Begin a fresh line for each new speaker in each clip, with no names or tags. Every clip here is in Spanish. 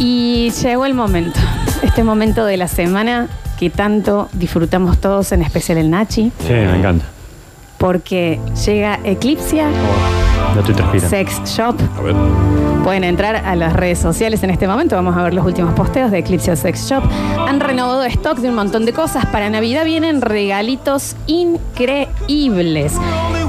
Y llegó el momento, este momento de la semana que tanto disfrutamos todos, en especial el Nachi,
Sí, me encanta.
porque llega Eclipsia
No estoy transpirando.
Sex Shop.
A ver.
Pueden entrar a las redes sociales en este momento, vamos a ver los últimos posteos de Eclipsia Sex Shop. Han renovado stock de un montón de cosas, para Navidad vienen regalitos increíbles.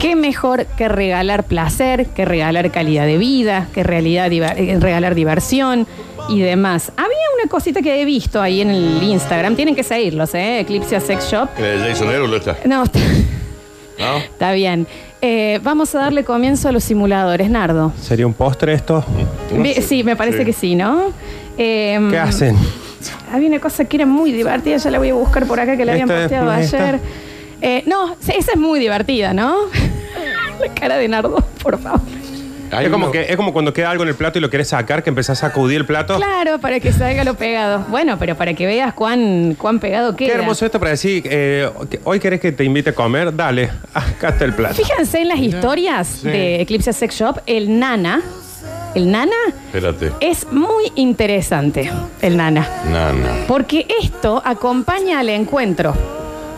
¿Qué mejor que regalar placer, que regalar calidad de vida, que realidad diver- eh, regalar diversión y demás? Había una cosita que he visto ahí en el Instagram, tienen que seguirlos, ¿eh? Eclipsia Sex Shop.
Eh, Jason Derulo está.
No,
¿No?
Está bien. Eh, vamos a darle comienzo a los simuladores, Nardo.
¿Sería un postre esto?
Vi- Sí, me parece
Sí.
que sí, ¿no? Em,
¿Qué hacen?
Había una cosa que era muy divertida, ya la voy a buscar por acá, que la habían
Esta es
posteado
por esta.
ayer. Eh, no, se- esa es muy divertida, ¿no? la cara de Nardo, por favor.
Hay
Es como,
uno-
que, es como cuando queda algo en el plato y lo querés sacar, que empezás a sacudir el plato.
Claro, para que salga lo pegado. Bueno, pero para que veas cuán, cuán pegado
Qué
queda.
hermoso esto para decir, eh, que hoy querés que te invite a comer, dale, acá está el plato.
Fíjense en las historias de Eclipse Sex Shop, el nana. El nana
Espérate.
es muy interesante, el nana.
No, no.
Porque esto acompaña al encuentro.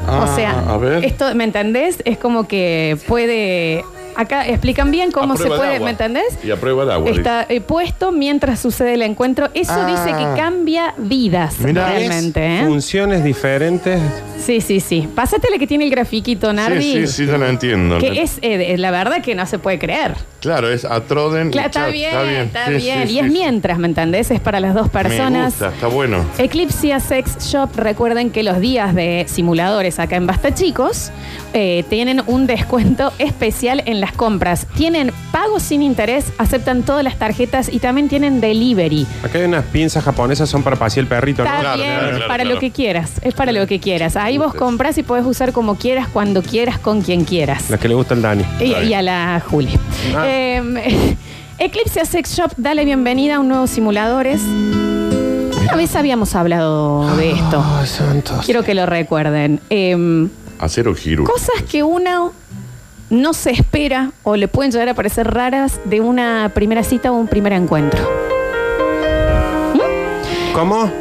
Ah,
o sea,
a ver.
esto, ¿me entendés? Es como que puede. Acá explican bien cómo
A
se
prueba de
puede,
agua.
¿me entendés?
Y a prueba de agua.
Está eh, puesto mientras sucede el encuentro. Eso
Ah.
dice que cambia vidas
Mirá.
realmente. ¿eh?
Funciones diferentes.
Sí, sí, sí. Pásate la que tiene el grafiquito, Nardi.
Sí, sí, sí, yo lo entiendo.
Que es, eh, la verdad, que no se puede creer.
Claro, es Atroden. y
Claro, está
Chat.
bien, está bien.
Sí,
y
sí,
es
sí, sí.
mientras, ¿me entendés? Es para las dos
Me
personas.
gusta, está bueno.
Eclipsia Sex Shop, recuerden que los días de simuladores acá en Basta Chicos eh, tienen un descuento especial en las compras. Tienen pago sin interés, aceptan todas las tarjetas y también tienen delivery.
Acá hay unas pinzas japonesas, son para pasear el perrito,
Está
¿no?
Claro,
bien,
claro, claro,
para lo
claro.
que quieras, es para lo que quieras. Ahí vos compras y podés usar como quieras, cuando quieras, con quien quieras.
Las que le gusta el Dani.
Y,
Está bien.
y a la Juli.
Ah.
Eh, Eclipse Sex Shop, dale bienvenida a un nuevo simuladores. Una vez habíamos hablado de esto.
Ay, santos.
Quiero que lo recuerden. Em,
Hacer o giro.
cosas que uno no se espera o le pueden llegar a parecer raras de una primera cita o un primer encuentro.
¿Cómo?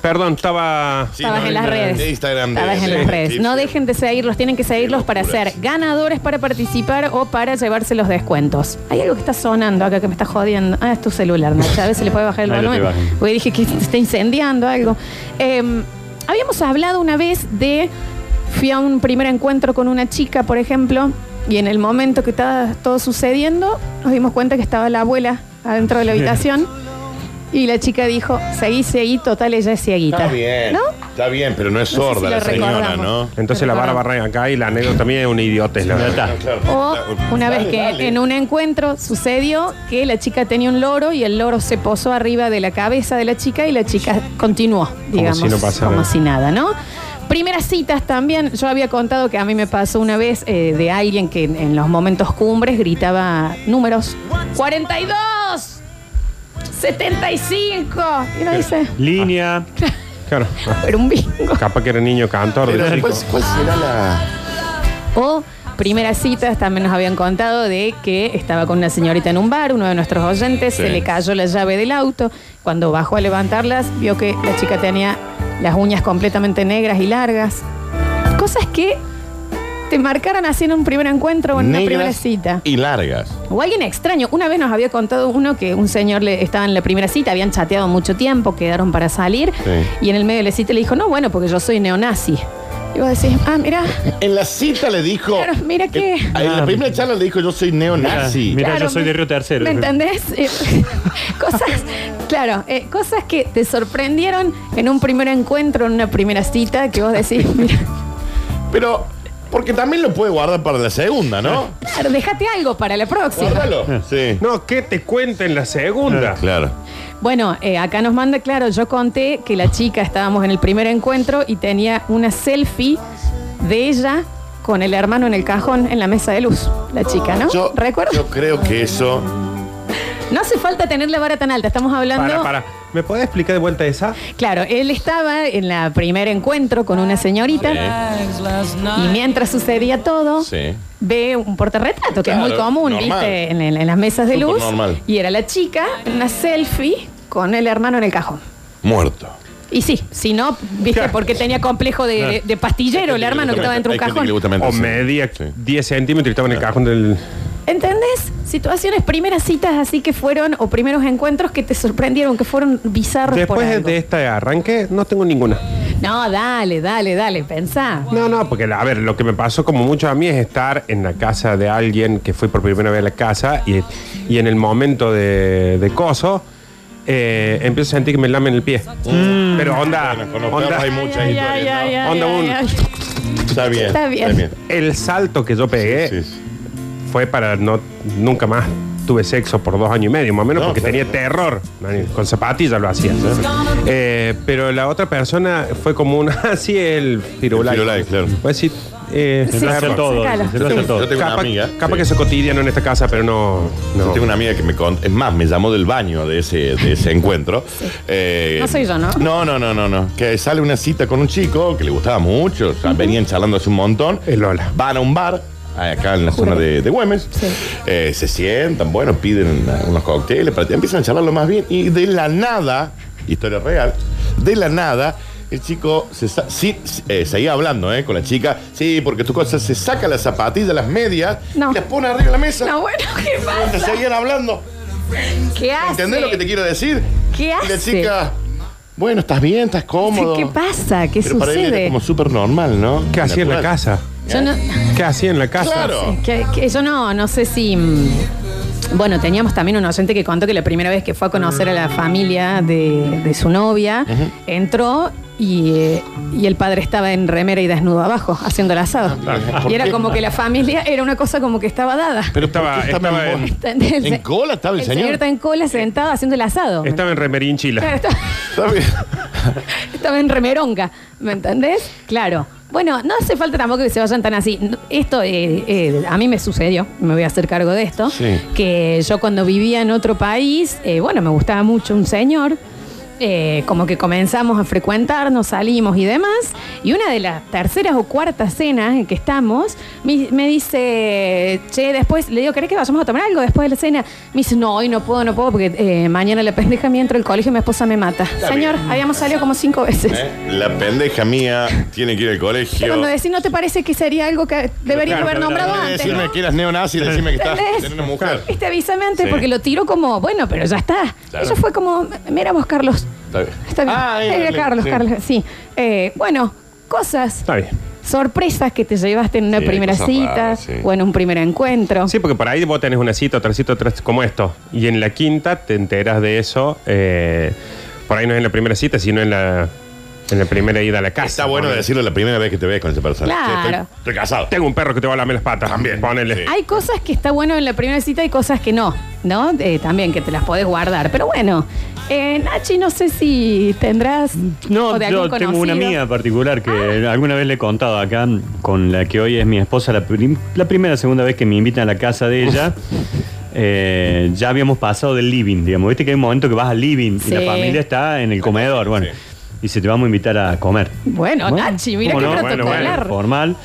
Perdón, estaba...
Sí,
Estabas
no,
en las redes.
De Instagram. de-
Estabas en
¿eh?
de-
las redes.
Eclipse.
No dejen de seguirlos, tienen que seguirlos para ser
locuras.
ganadores, para participar o para llevarse los descuentos. Hay algo que está sonando acá que me está jodiendo. Ah, es tu celular, Nacha. A ver si le puede bajar el
Ahí lo te
volumen.
bajan.
Porque dije que se está incendiando algo. Eh, habíamos hablado una vez de. Fui a un primer encuentro con una chica, por ejemplo, y en el momento que estaba todo sucediendo, nos dimos cuenta que estaba la abuela adentro de la habitación. Y la chica dijo, seguí, seguí, total, ella es cieguita.
Está bien.
¿No?
Está bien, pero no es
No sé si
sorda la
lo
señora, ¿no?
recordamos.
Entonces la vara barra acá y la anécdota también es un idiotez, la verdad.
O una vez que en un encuentro sucedió que la chica tenía un loro y el loro se posó arriba de la cabeza de la chica y la chica continuó, digamos,
si no pasara.
como si nada, ¿no? Primeras citas también, yo había contado que a mí me pasó una vez eh, de alguien que en, en los momentos cumbres gritaba números 42, 75, y uno dice,
Línea.
Claro.
pero un bingo.
Capaz que era niño cantor. de
Pero
chico.
después, ¿cuál será la...?
O primeras citas también nos habían contado de que estaba con una señorita en un bar, uno de nuestros oyentes,
Sí.
se le cayó la llave del auto. Cuando bajó a levantarlas, vio que la chica tenía las uñas completamente negras y largas. Cosas que te marcaron así en un primer encuentro o en una
Negras
primera cita.
Y largas.
O alguien extraño. Una vez nos había contado uno que un señor le estaba en la primera cita, habían chateado mucho tiempo, quedaron para salir.
Sí.
Y en el medio de la cita le dijo, no, bueno, porque yo soy neonazi. Y vos decís, ah, mira,
En la cita le dijo...
Claro, mira que-
En la
Ah,
primera charla le dijo, yo soy neonazi.
Mira,
Claro,
yo soy
me-
de Río Tercero.
¿Me entendés? Eh, cosas, claro, eh, cosas que te sorprendieron en un primer encuentro, en una primera cita, que vos decís, mira,
Pero, porque también lo puede guardar para la segunda, ¿no?
claro, déjate algo para la próxima.
Guárdalo. Sí.
Ah,
Ah,
No, ¿qué te cuenta en la segunda?
Claro.
Bueno, eh, acá nos manda, claro, yo conté que la chica estábamos en el primer encuentro y tenía una selfie de ella con el hermano en el cajón en la mesa de luz, la chica, ¿no?
Yo,
Ah, ¿Recuerdo?
yo creo que eso...
No hace falta tener la vara tan alta, estamos hablando...
Para, para. ¿Me podés explicar de vuelta esa?
Claro, él estaba en la primer encuentro con una señorita. Y mientras sucedía todo,
Sí.
ve un portarretrato, que
Claro,
es muy común,
normal.
¿viste? En, en- en las mesas de
Súper
luz.
normal.
Y era la chica, en una selfie, con el hermano en el cajón.
Muerto.
Y sí, si no, viste,
Claro.
porque tenía complejo de, de- de pastillero el hermano que estaba dentro de un
Hay gente que le
cajón.
gusta mentir,
O
sí.
media
Sí.
10 centímetros y estaba en el cajón del.
¿Entendés? Situaciones, primeras citas así que fueron, o primeros encuentros que te sorprendieron, que fueron bizarros por
Después
algo.
de este arranque, no tengo ninguna.
No, dale, dale, dale, pensá.
No, no, porque a ver, lo que me pasó como mucho a mí es estar en la casa de alguien que fui por primera vez a la casa y, y en el momento de, de coso eh, empiezo a sentir que me lamen el pie. Pero onda,
Mm. Bueno, con los
onda,
perros hay muchas
Ay,
historias.
ay,
¿no?
ay, ay,
Onda
ay,
un-
ay.
Está bien.
Está bien.
el salto que yo pegué
Sí, sí.
fue para no nunca más tuve sexo por dos años y medio, más o menos,
No,
porque
claro.
tenía terror. Daniel, Con zapatillas lo hacía. Eh, pero la otra persona fue como un así el firulai.
El firulai, claro.
Pues sí, eh,
Sí,
Se lo
claro.
hace
sí,
todo.
sacala.
Se lo hace
Yo
todo.
tengo una
Capaz-
amiga,
Capaz
sí.
que eso es cotidiano en esta casa, pero no.
Yo
no.
tengo una amiga que me contó, es más, me llamó del baño de ese, de ese encuentro. Eh,
No soy yo, ¿no?
No, no, no, no, no. Que sale una cita con un chico que le gustaba mucho, o sea, venían charlando hace un montón.
El Lola.
Van a un bar, acá en la zona de, de Güemes.
Sí.
Eh, se sientan, bueno, piden una- unos cócteles, para- empiezan a charlarlo más bien. Y de la nada, historia real, de la nada. El chico se sa- sí, eh, seguía hablando eh, con la chica. Sí, porque tu cosa se saca las zapatillas, las medias,
No.
y las pone arriba de la mesa.
No, bueno, ¿qué
Te
pasa?
seguían hablando.
¿Qué hace?
¿Entendés lo que te quiero decir?
¿Qué
Y la
hace?
chica, bueno, estás bien, estás cómodo.
¿Qué pasa? ¿Qué
Pero para él era
sucede?
como súper normal, ¿no?
¿Qué hacía en la
Natural.
casa?
Yo no,
¿Qué hacía en la casa?
Claro.
que- que yo no, no sé si. mm, Bueno, teníamos también un oyente que contó que la primera vez que fue a conocer a la familia de, de su novia, entró y, eh, y el padre estaba en remera y desnudo abajo, haciendo el asado.
claro.
Y era
Ah, ¿Por qué?
como que la familia era una cosa como que estaba dada.
Pero estaba,
Estaba-
estaba
estaba
en,
en-
¿Entendés?
en cola, estaba el,
El señor está en cola sentado haciendo el asado.
Estaba en Remerín, Chile.
Claro, estaba,
Está bien.
estaba en remeronga, ¿me entendés? Claro. Bueno, no hace falta tampoco que se vayan tan así. No, Esto eh, eh, a mí me sucedió, me voy a hacer cargo de esto,
Sí.
que yo cuando vivía en otro país, eh, bueno, me gustaba mucho un señor. eh, como que comenzamos a frecuentarnos, salimos y demás. Y una de las terceras o cuartas cenas en que estamos, me, me dice, che, después, le digo, ¿querés que vayamos a tomar algo después de la cena? Me dice, no, hoy no puedo, no puedo, porque eh, mañana la pendeja mía entra al colegio y mi esposa me mata.
Está
Señor,
bien.
habíamos salido como cinco veces.
¿Eh? La pendeja mía tiene que ir al colegio.
Cuando decís, ¿no te parece que sería algo que deberías
Claro,
haber
claro,
nombrado
Dale,
antes?
Decirme
¿no?
que eras neonazi y decirme que estás
¿Entendés?
tenés una mujer.
Este, avísame antes,
Sí.
porque lo tiro como, bueno, pero ya está.
Claro.
Eso fue como, mira vos, Carlos.
Está bien.
Está bien.
Ah, ahí,
Era
dale,
Carlos,
sí.
Carlos, sí. Eh, bueno, cosas,
Está bien.
sorpresas que te llevaste en una
Sí,
primera
cosas
cita
raras, sí.
o en un primer encuentro.
Sí, porque por ahí vos tenés una cita, otra cita, otra cita, como esto. Y en la quinta te enteras de eso. eh, por ahí no es en la primera cita, sino en la, en la primera ida a la casa.
Está bueno
Ponele.
decirlo la primera vez que te veas con esa persona.
Claro.
Sí, estoy, estoy casado.
Tengo un perro que te va a lamer las patas.
También.
Ponele.
Sí.
Hay cosas que está bueno en la primera cita y cosas que no, ¿no? Eh, también que te las podés guardar. Pero bueno, eh, Nachi, no sé si tendrás.
No,
o de algún
yo tengo una
conocido. Ah.
mía en particular que alguna vez le he contado acá, con la que hoy es mi esposa, la, prim- la primera, segunda vez que me invitan a la casa de ella. eh, ya habíamos pasado del living, digamos. Viste que hay un momento que vas al living y
Sí.
la familia está en el comedor, bueno.
Sí.
Y se te vamos a invitar a comer.
Bueno, Nachi, mira qué
¿cómo no?
Bueno, bueno,
protocolar.
Formal.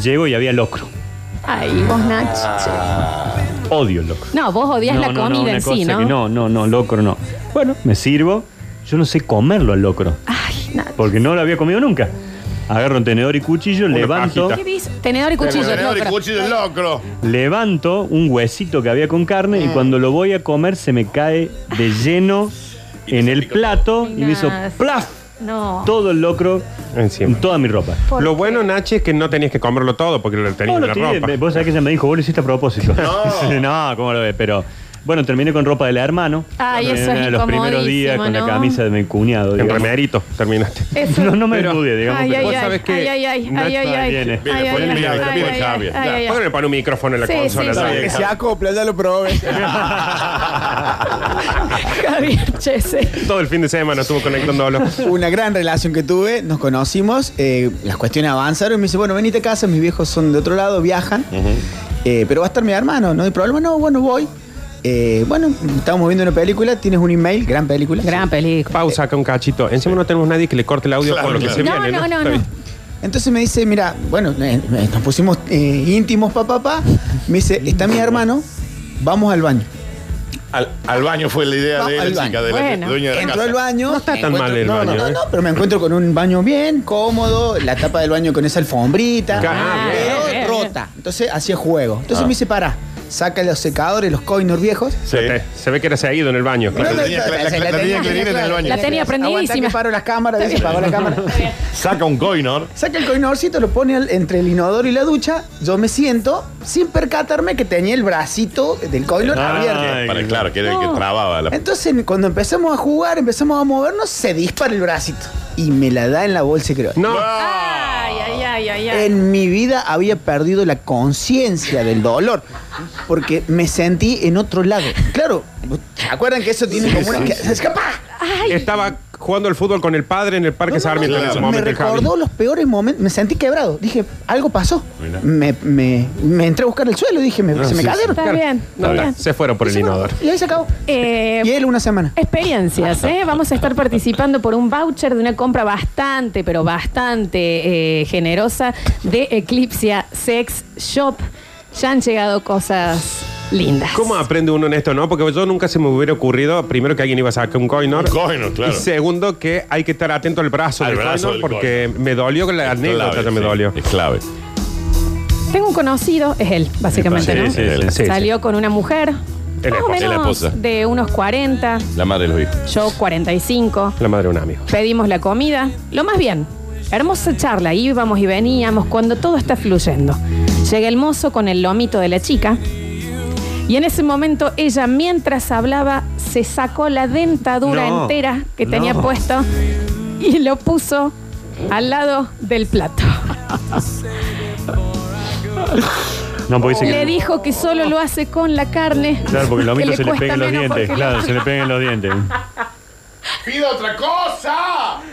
Llego y había locro.
Ay, vos, Nachi.
Odio el locro.
No, vos odias la comida
una
en sí,
cosa
¿no?
que no, no, no, locro no. Bueno, me sirvo. Yo no sé comerlo al locro.
Ay, Nachi.
Porque no lo había comido nunca. Agarro un tenedor y cuchillo,
Una
levanto,
pajita.
¿Qué dice? Tenedor y cuchillo.
Tenedor y
locro.
cuchillo es locro.
levanto un huesito que había con carne
Ah.
y cuando lo voy a comer se me cae de lleno
Y
en
te
el
salpicó
plato y me hizo
Ignacio.
plaf
No.
todo el locro
Encima.
en toda mi ropa.
¿Por
Lo
qué?
bueno, Nachi, es que no tenías que comerlo todo porque lo tenías
No,
en
lo
la
tiré.
ropa.
Me- Vos sabés que ella me dijo, vos lo hiciste a propósito.
No.
Dice, no, ¿cómo lo ves? Pero bueno, terminé con ropa del hermano.
Ay,
Terminé
eso es
de los primeros días
incomodísimo,
con
¿no?
la camisa de mi cuñado.
En
digamos.
remerito terminaste.
Eso-
No, no me
Pero-
desnudé, digamos.
Ay,
pero-
ay,
vos
ay,
sabés que
ay, ay, ay, ay, ay, ay.
viene.
Ay, ay,
Viene,
ay,
viene,
ay,
viene,
ay,
viene,
ay,
Javier,
ay, ay,
ya.
ay.
¿Por qué no le pone un micrófono en la
Sí,
consola?
sí,
Dani?
sí.
Que se acopla, ya lo probé.
Javier Chese.
Todo el fin de semana estuvo conectándolo.
Una gran relación que tuve, nos conocimos, eh, las cuestiones avanzaron y me dice, bueno, venite a casa, mis viejos son de otro lado, viajan, eh, pero va a estar mi hermano, no hay problema, no, bueno, voy. Eh, bueno, estábamos viendo una película, tienes un email, gran película.
Gran película.
Pausa acá un cachito. Encima no tenemos nadie que le corte el audio
Claro,
con lo que
claro.
se
No,
viene.
no, no,
Está
no.
bien.
Entonces me dice, mira, bueno, eh, eh, nos pusimos eh, íntimos, papá, papá. Me dice, está mi hermano, vamos al baño.
Al, al baño fue la idea
Va-
de la
al
chica,
baño.
de la
Bueno.
dueña de la
Entró
casa.
al baño.
No está
me
tan
encuentro-
mal el
no,
baño,
No,
¿eh?
no, pero me encuentro con un baño bien, cómodo, la tapa del baño con esa alfombrita,
Ah,
pero
bien, bien,
rota. Entonces hacía juego. Entonces
Ah.
me dice, pará, saca los secadores, los coinor viejos.
Sí.
Te- Eh, Se ve que era seguido en el baño.
Pero
claro.
la tenía- la- la- la tenía Clarín en el baño.
La tenía
Aguantá
aprendidísima.
que paro las cámaras,
Está
dice,
bien.
apagó la cámara.
Saca un coinor.
Saca el coinorcito, lo pone al- entre el inodoro y la ducha. Yo me siento sin percatarme que tenía el bracito del coinor
Ah,
abierto.
Ay,
Para, claro, que era el que
no.
trababa la
Entonces, cuando empezamos a jugar, empezamos a movernos, se dispara el bracito. Y me la da en la bolsa, creo.
No.
Ay, ay, ay, ay, ay.
En mi vida había perdido la conciencia del dolor. Porque me sentí en otro lado. Claro, ¿se acuerdan que eso tiene como una. que- ¡Escapá!
Estaba jugando al fútbol con el padre en el Parque Sarmiento en
claro.
ese
me
momento. el Javi.
recordó los peores momentos. Me sentí quebrado. Dije, algo pasó.
Mirá.
Me, me- me entré a buscar el suelo y dije, me-
No,
se me
sí,
cayeron.
Está bien,
No,
está bien.
Se fueron por el
Y se-
inodoro.
Y ahí se acabó.
Eh,
y él una semana.
Experiencias, ¿eh? Vamos a estar participando por un voucher de una compra bastante, pero bastante eh, generosa de Eclipsia Sex Shop. Ya han llegado cosas lindas.
¿Cómo aprende uno en esto, no? Porque yo nunca se me hubiera ocurrido, primero, que alguien iba a sacar un coinor.
Un coinor, claro.
Y segundo, que hay que estar atento al brazo,
Al
del
brazo
coinor
del
porque me dolió la
Es clave,
anécdota, ya me
sí,
dolió.
Es clave.
Tengo un conocido, es él, básicamente,
Sí,
¿no?
sí,
sí, sí.
Salió con una mujer,
Es
más
la
o
esposa.
Es la
menos
esposa.
de unos 40,
La madre de los hijos.
yo 45.
La madre de un amigo.
Pedimos la comida, lo más bien. Hermosa charla, íbamos y veníamos cuando todo está fluyendo. Llega el mozo con el lomito de la chica y en ese momento ella mientras hablaba se sacó la dentadura
No,
entera que
no.
tenía puesto y lo puso al lado del plato.
No, porque dice
Le
que.
dijo que solo lo hace con la carne.
Claro, porque el
que
lomito se le
cuesta
pega en los
menos
dientes.
porque
Claro,
lo-
se le pega en los dientes.
¡Pida otra cosa!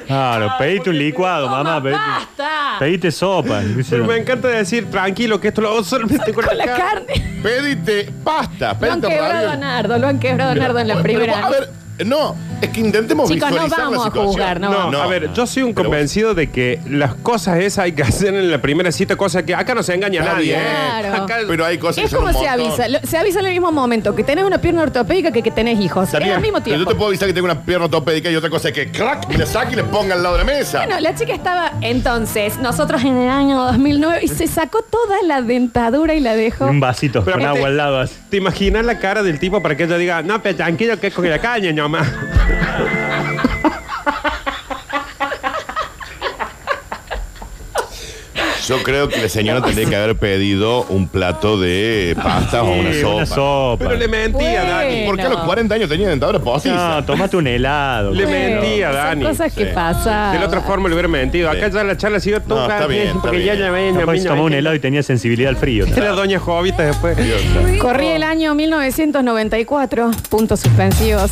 Claro, pediste un licuado,
Toma,
mamá. pediste-
basta.
Pediste sopa.
Pero me encanta decir, tranquilo, que esto lo hago solamente con,
Con la
cara.
carne.
Pedite pasta.
Lo han
Pedite
quebrado a
radio.
Nardo, lo han quebrado a Nardo en la
Pero,
primera.
a ver, no, es que intentemos
Chicos, no
visualizar
vamos
la
a
situación.
juzgar, no
No, a ver, yo soy un
Pero
convencido de que las cosas esas hay que hacer en la primera cita, cosa que acá no se engaña a
Está
nadie.
bien.
¿eh?
Claro.
Acá-
Pero hay cosas que
Es
son
como
un
se
montón.
avisa. Lo- se avisa en el mismo momento que tenés una pierna ortopédica que que tenés hijos.
Está
Es
bien,
al mismo
pero
tiempo.
yo te puedo avisar que tengo una pierna ortopédica y otra cosa es que crack, me la saque y le ponga al lado de la mesa.
Bueno, la chica estaba entonces, nosotros en el año 2009, y se sacó toda la dentadura y la dejó.
Un vasito
Pero
con
aparte-
agua al lado. así.
¿Te imaginas la cara del tipo para que ella diga, no, pero tranquilo, que es con la caña, nomás?
Yo creo que la señora tendría que haber pedido un plato de pasta o una
Sí,
sopa.
Una sopa.
Pero le mentía,
Bueno.
Dani.
¿Por qué a los
No.
40 años tenía dentadura
No,
postiza?
tomate un helado.
Le
claro.
mentía,
Son
Dani.
cosas que
Sí.
pasan.
De la otra forma le hubiera mentido. Acá
Sí.
ya la charla ha sido toda.
está bien, está
porque
bien.
ya ya ven,
Capaz
a mí
se
no
tomó un
me-
helado y tenía sensibilidad al frío.
Era doña Jovita después.
Corrí el año 1994, puntos suspensivos.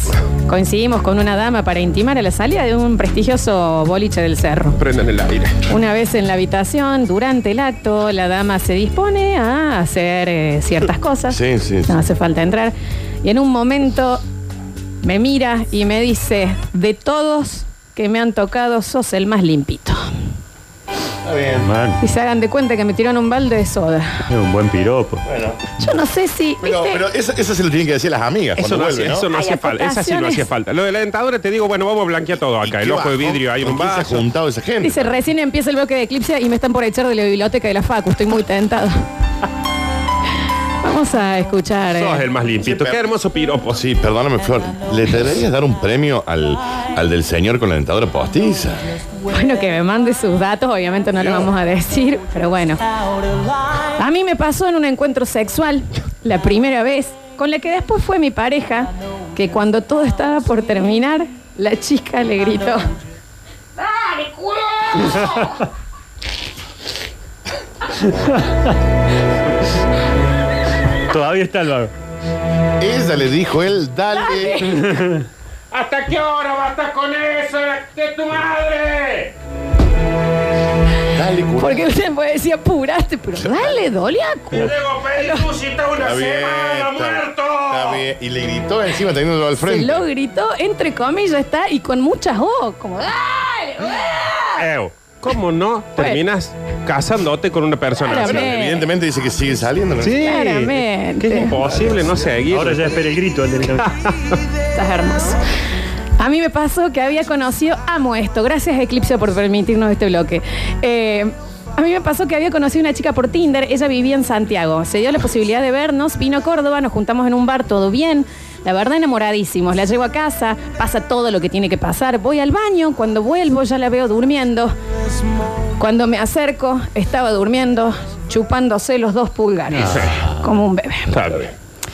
Coincidimos con una dama para intimar a la salida de un prestigioso boliche del cerro.
Prendan el aire.
Una vez en la habitación, durante el acto, la dama se dispone a hacer eh, ciertas cosas.
Sí, sí, sí.
No hace falta entrar. Y en un momento me mira y me dice, de todos que me han tocado, sos el más limpito.
Está bien.
Man,
Y se hagan de cuenta que me tiraron un balde de soda.
es un buen piropo.
Bueno.
Yo no sé si...
Pero,
¿viste?
pero eso, eso se lo tienen que decir las amigas
Eso no,
cuando vuelven,
hacía, eso no
Hay
hacía falta. Esa sí no
acotaciones.
hacía falta. Lo de la dentadura te digo, bueno, vamos a blanquear todo acá.
¿Y
El
qué
ojo de
bajón?
vidrio ahí en
¿Con
un
quién se ha
vaso.
juntado esa gente?
Dice, recién empieza el bloque de Eclipse y me están por echar de la biblioteca de la Facu. Estoy muy tentado. Vamos a escuchar... eh.
Sos el más limpito.
Sí,
Qué hermoso piropo.
Oh, sí, perdóname, Flor. ¿Le deberías dar un premio al, al del señor con la dentadura postiza?
Bueno, que me mande sus datos, obviamente no lo vamos a decir, pero bueno. A mí me pasó en un encuentro sexual, la primera vez, con la que después fue mi pareja, que cuando todo estaba por terminar, la chica le gritó.
Todavía está el vago.
Ella le dijo él, dale.
¿Hasta qué hora vas a estar con eso? ¡De tu madre!
Dale, cura.
Porque usted me decía, apuraste, pero dale, doliaco.
Debo pedir tu cita una
Está bien, está- Está bien. Y le gritó encima teniéndolo al
Se
frente.
lo gritó, entre comillas está, y con muchas O, como dale, güey".
Ew. ¿Cómo no
Pues.
terminas casándote con una persona?
Bueno,
Claramente.
evidentemente dice que sigue saliendo. ¿no?
Sí.
Claramente.
¿Qué
Es imposible no seguir.
Ahora ya espera el grito.
Estás hermoso. A mí me pasó que había conocido, amo esto, gracias Eclipse por permitirnos este bloque. Eh, a mí me pasó que había conocido una chica por Tinder, ella vivía en Santiago, se dio la posibilidad de vernos, vino a Córdoba, nos juntamos en un bar, todo bien, la verdad enamoradísimos, la llevo a casa, pasa todo lo que tiene que pasar, voy al baño, cuando vuelvo ya la veo durmiendo, cuando me acerco estaba durmiendo, chupándose los dos pulgares, como un bebé.
Está bien.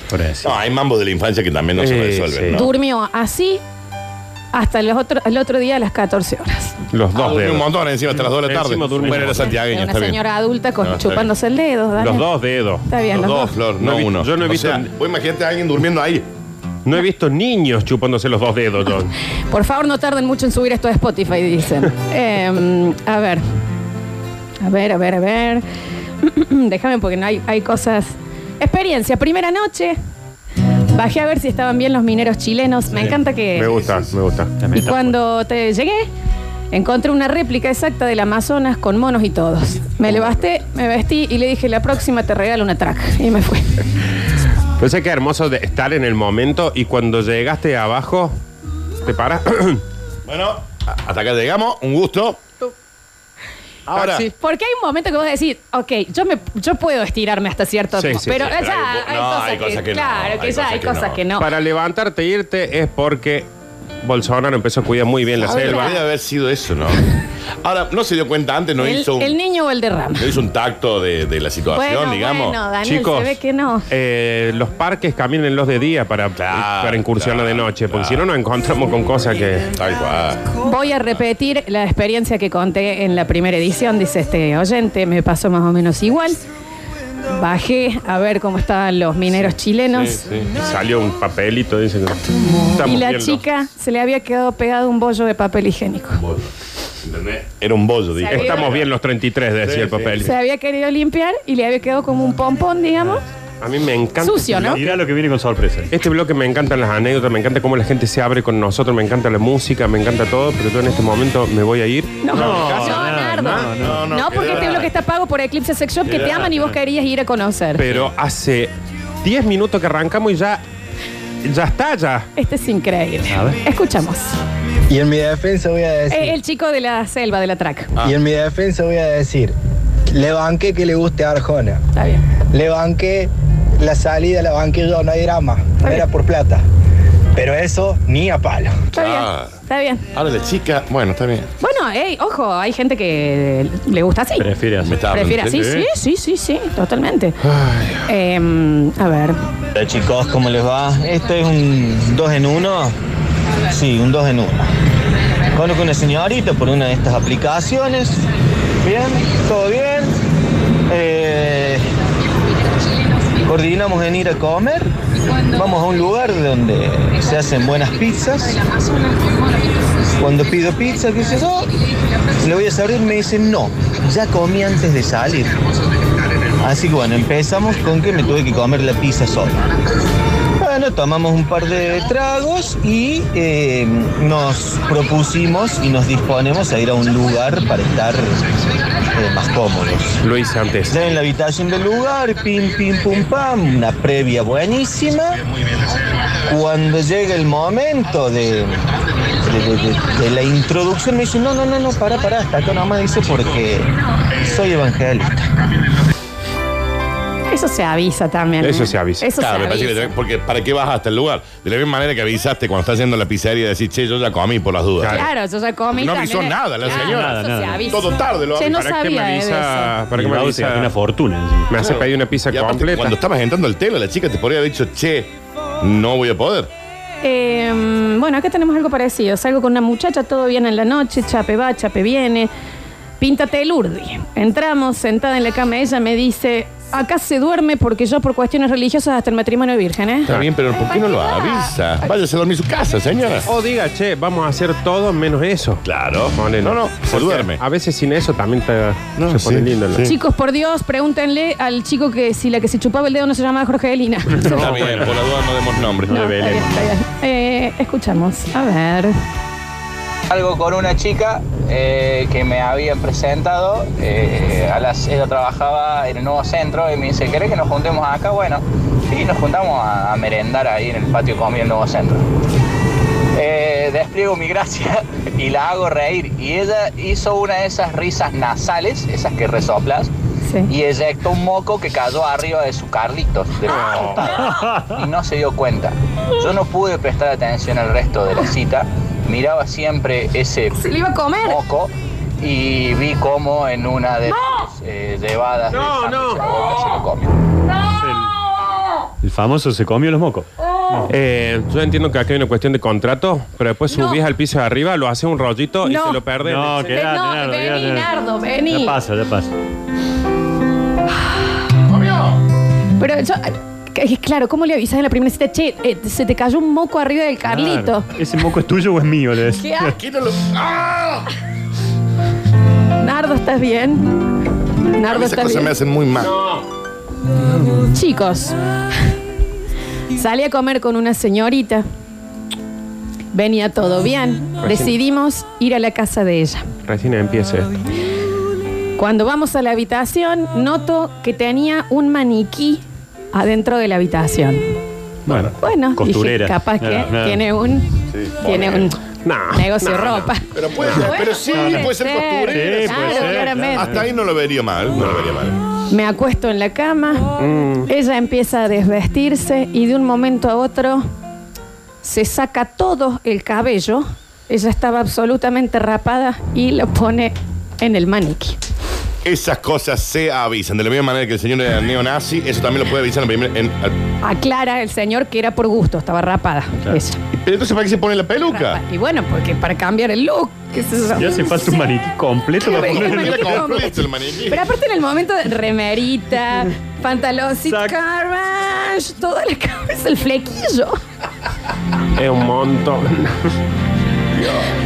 Por eso.
No, hay mambo de la infancia que también no se
Sí,
resuelven.
sí.
¿no?
Durmió así hasta el otro, el otro día a las 14 horas.
Los
Ah,
dos
durmió un
dedos.
montón encima hasta las 2 de la tarde.
Encima durmió.
Bueno, era santiagueña,
una
está bien.
señora adulta con-
No, está
chupándose el dedo. Daniel.
Los dos dedos.
Está bien,
Los
los,
dos,
dos.
Flor,
No
no
he visto-
uno.
yo no he
O
visto-
sea, vos imagínate a alguien durmiendo ahí.
No he visto niños chupándose los dos dedos. yo.
Por favor, no tarden mucho en subir esto a Spotify, dicen. Eh, a ver. A ver, a ver, a ver. Déjame porque no hay, hay cosas. Experiencia, primera noche. Bajé a ver si estaban bien los mineros chilenos. Me encanta que.
Eh,
Me gusta, me gusta.
Y cuando te llegué, encontré una réplica exacta del Amazonas con monos y todos. Me levanté, me vestí y le dije, la próxima te regalo una track. Y me fui.
Pensé que hermoso de estar en el momento y cuando llegaste abajo, te paras.
Bueno, a- hasta acá llegamos. Un gusto. Ahora.
Sí. Porque hay un momento que vos decís, ok, yo, me, yo puedo estirarme hasta cierto
Sí,
punto.
sí,
pero
sí,
ya
pero hay un po-
hay,
no,
cosas,
hay cosas
que,
que no,
Claro, que
hay
ya
cosas
hay
que
cosas
no.
que no.
Para levantarte e irte es porque Bolsonaro empezó a cuidar muy bien la
Ahora,
selva.
Debe haber sido eso, ¿no? Ahora, no se dio cuenta antes, no
el,
hizo un,
el niño o el derrame.
no hizo un tacto de, de la situación,
Bueno,
digamos.
bueno, Daniel,
Chicos,
se ve que no.
eh, los parques caminen los de día para,
Claro,
para incursionar
claro,
de noche, porque
claro.
si no nos encontramos con cosas que...
Tal cual.
Voy a repetir la experiencia que conté en la primera edición, dice este oyente, me pasó más o menos igual. Bajé a ver cómo estaban los mineros chilenos
Y salió un papelito, dice. que-
y
Estamos
la
bien los-
chica se le había quedado pegado un bollo de papel higiénico.
¿Entendés? Era un bollo, dije.
Salió-
Estamos bien los 33, decía
Sí,
el
sí.
papel.
Se había querido limpiar y le había quedado como un pompón, digamos.
A mí me encanta.
Sucio, ¿no?
Mirá lo que viene con sorpresa.
Este bloque me encantan las anécdotas, me encanta cómo la gente se abre con nosotros, me encanta la música, me encanta todo, pero yo en este momento me voy a ir.
No, no,
no,
Nardo. No,
no,
no, no,
porque
quedá.
este bloque está pago por Eclipse Sex Shop que te
Quedá.
aman y vos querías ir a conocer.
Pero hace 10 minutos que arrancamos y ya. Ya está, ya.
Este es increíble.
A ver.
Escuchamos.
Y en mi defensa voy a decir,
Eh, El chico de la selva, de la track.
Ah.
y en mi defensa voy a decir, le banqué que le guste a Arjona,
Está bien.
le banqué la salida, la banqué yo, no hay drama, no era por plata. Pero eso ni a palo.
Está
Ah.
bien. Está bien.
Ahora la chica, bueno, está bien.
Bueno, hey, ojo, hay gente que le gusta así.
Prefiere
Me
hacer.
estaba
Prefiere así,
hablando,
sí,
¿eh?
sí, sí, sí, totalmente. Em, a ver,
Hola chicos, ¿cómo les va? Este es un 2 en 1. Sí, un 2 en 1. Conozco una señorita por una de estas aplicaciones. Bien, todo bien. Eh, coordinamos en ir a comer. Vamos a un lugar donde se hacen buenas pizzas. Cuando pido pizza, ¿qué sé yo? Le voy a servir, me dicen no. Ya comí antes de salir. Así que bueno, empezamos con que me tuve que comer la pizza sola. Bueno, tomamos un par de tragos y eh, nos propusimos y nos disponemos a ir a un lugar para estar eh, más cómodos.
Lo hice antes.
Ya en la habitación del lugar, pim, pim, pum, pam, una previa buenísima. Cuando llega el momento de, de- de- de- de la introducción, me dice, no, no, no, no, para, para, hasta acá nomás dice porque soy evangélica.
eso se avisa también. ¿eh?
Eso se avisa.
Eso
Claro,
se
me parece
avisa.
que- porque ¿para qué vas hasta el lugar? De la misma manera que avisaste cuando estás yendo a la pizzería y decís, che, yo ya comí por las dudas.
Claro, yo ya comí.
No
también,
avisó
¿eh?
nada la
Claro,
señora.
Eso
Nada,
se
nada.
avisa.
Todo tarde lo
Che,
avisó.
no
¿Para qué me
sabía de
avisa?
eso.
¿Para qué
Y
me
Bauti
avisa?
gastó una fortuna. encima.
Me hace pedir una pizza
Y aparte,
completa.
Cuando estabas entrando al telo, la chica te podría haber dicho, che, no voy a poder.
Em, bueno, acá tenemos algo parecido. Salgo con una muchacha, todo bien en la noche, chape va, chape viene. Píntate el urdi. Entramos, sentada en la cama, ella me dice, acá se duerme porque yo por cuestiones religiosas hasta el matrimonio virgen, ¿eh?
Está bien, pero ¿por qué no lo avisa? Váyase a dormir a su casa, señora.
O Oh, diga, che, vamos a hacer todo menos eso.
Claro.
Ponele.
No, no, se
Porque
duerme.
A veces sin eso también te,
No,
se pone
sí,
lindo. ¿no?
sí.
Chicos, por Dios, pregúntenle al chico que si la que se chupaba el dedo no se llamaba Jorgelina.
Está bien, por la duda no demos nombres.
No.
Está bien, está bien. Eh, escuchamos. A ver.
Algo con una chica eh, que me habían presentado, eh, a las, ella trabajaba en el nuevo centro y me dice, ¿querés que nos juntemos acá? Bueno, y nos juntamos a, a merendar ahí en el patio comida del nuevo centro. Eh, despliego mi gracia y la hago reír y ella hizo una de esas risas nasales, esas que resoplas,
Sí.
y eyectó un moco que cayó arriba de su Carlitos de la- y no se dio cuenta. Yo no pude prestar atención al resto de la cita, miraba siempre ese
Se lo iba a comer.
moco y vi cómo en una de las eh, llevadas de
No,
sándwich
no.
a boca se lo comió.
El famoso se comió los mocos.
Eh, yo entiendo que acá hay una cuestión de contrato, pero después
No.
subís al piso de arriba, lo haces un rollito y
No.
se lo perdés.
No,
Ese-
que- Quédate,
no,
Nardo,
vení,
quédate.
Nardo, vení.
Ya pasa, ya pasa.
Pero yo, eh, claro, ¿cómo le avisas en la primera cita? Che, eh, se te cayó un moco arriba del Carlito.
Claro. ¿Ese moco es tuyo o es mío? Le decía.
¿Qué haces?
Aquí no lo- ¡Ah!
Nardo, ¿estás bien?
A mí
Nardo,
Esas
¿estás
cosas me
bien?
hacen muy mal.
Chicos, salí a comer con una señorita. Venía todo bien. Decidimos ir a la casa de ella.
Recién empieza esto.
Cuando vamos a la habitación, noto que tenía un maniquí adentro de la habitación.
Bueno,
Bueno, dije,
costurera.
capaz que
Claro, claro.
tiene un, tiene un
No,
negocio de ropa.
Pero puede ser, pero sí, puede ser costurera.
Sí,
Claro,
puede ser,
claramente.
Hasta ahí no lo vería mal, no lo vería mal.
Me acuesto en la cama,
Mm.
ella empieza a desvestirse y de un momento a otro se saca todo el cabello. Ella estaba absolutamente rapada y lo pone en el maniquí.
Esas cosas se avisan. De la misma manera que el señor era neonazi, eso también lo puede avisar en la primera- en- al-
Aclara el señor que era por gusto, estaba rapada ella.
Pero entonces, ¿para qué se pone la peluca?
Y bueno, porque para cambiar el look, qué sé yo.
Ya hace falta un maniquí completo para
Qué
Porque
bello.
Era
poner.
maniquí
completo
completo.
el maniquí.
Pero aparte en el momento de remerita, pantaloncito,
Sac-
carvage, toda la cabeza, el flequillo.
Es un montón.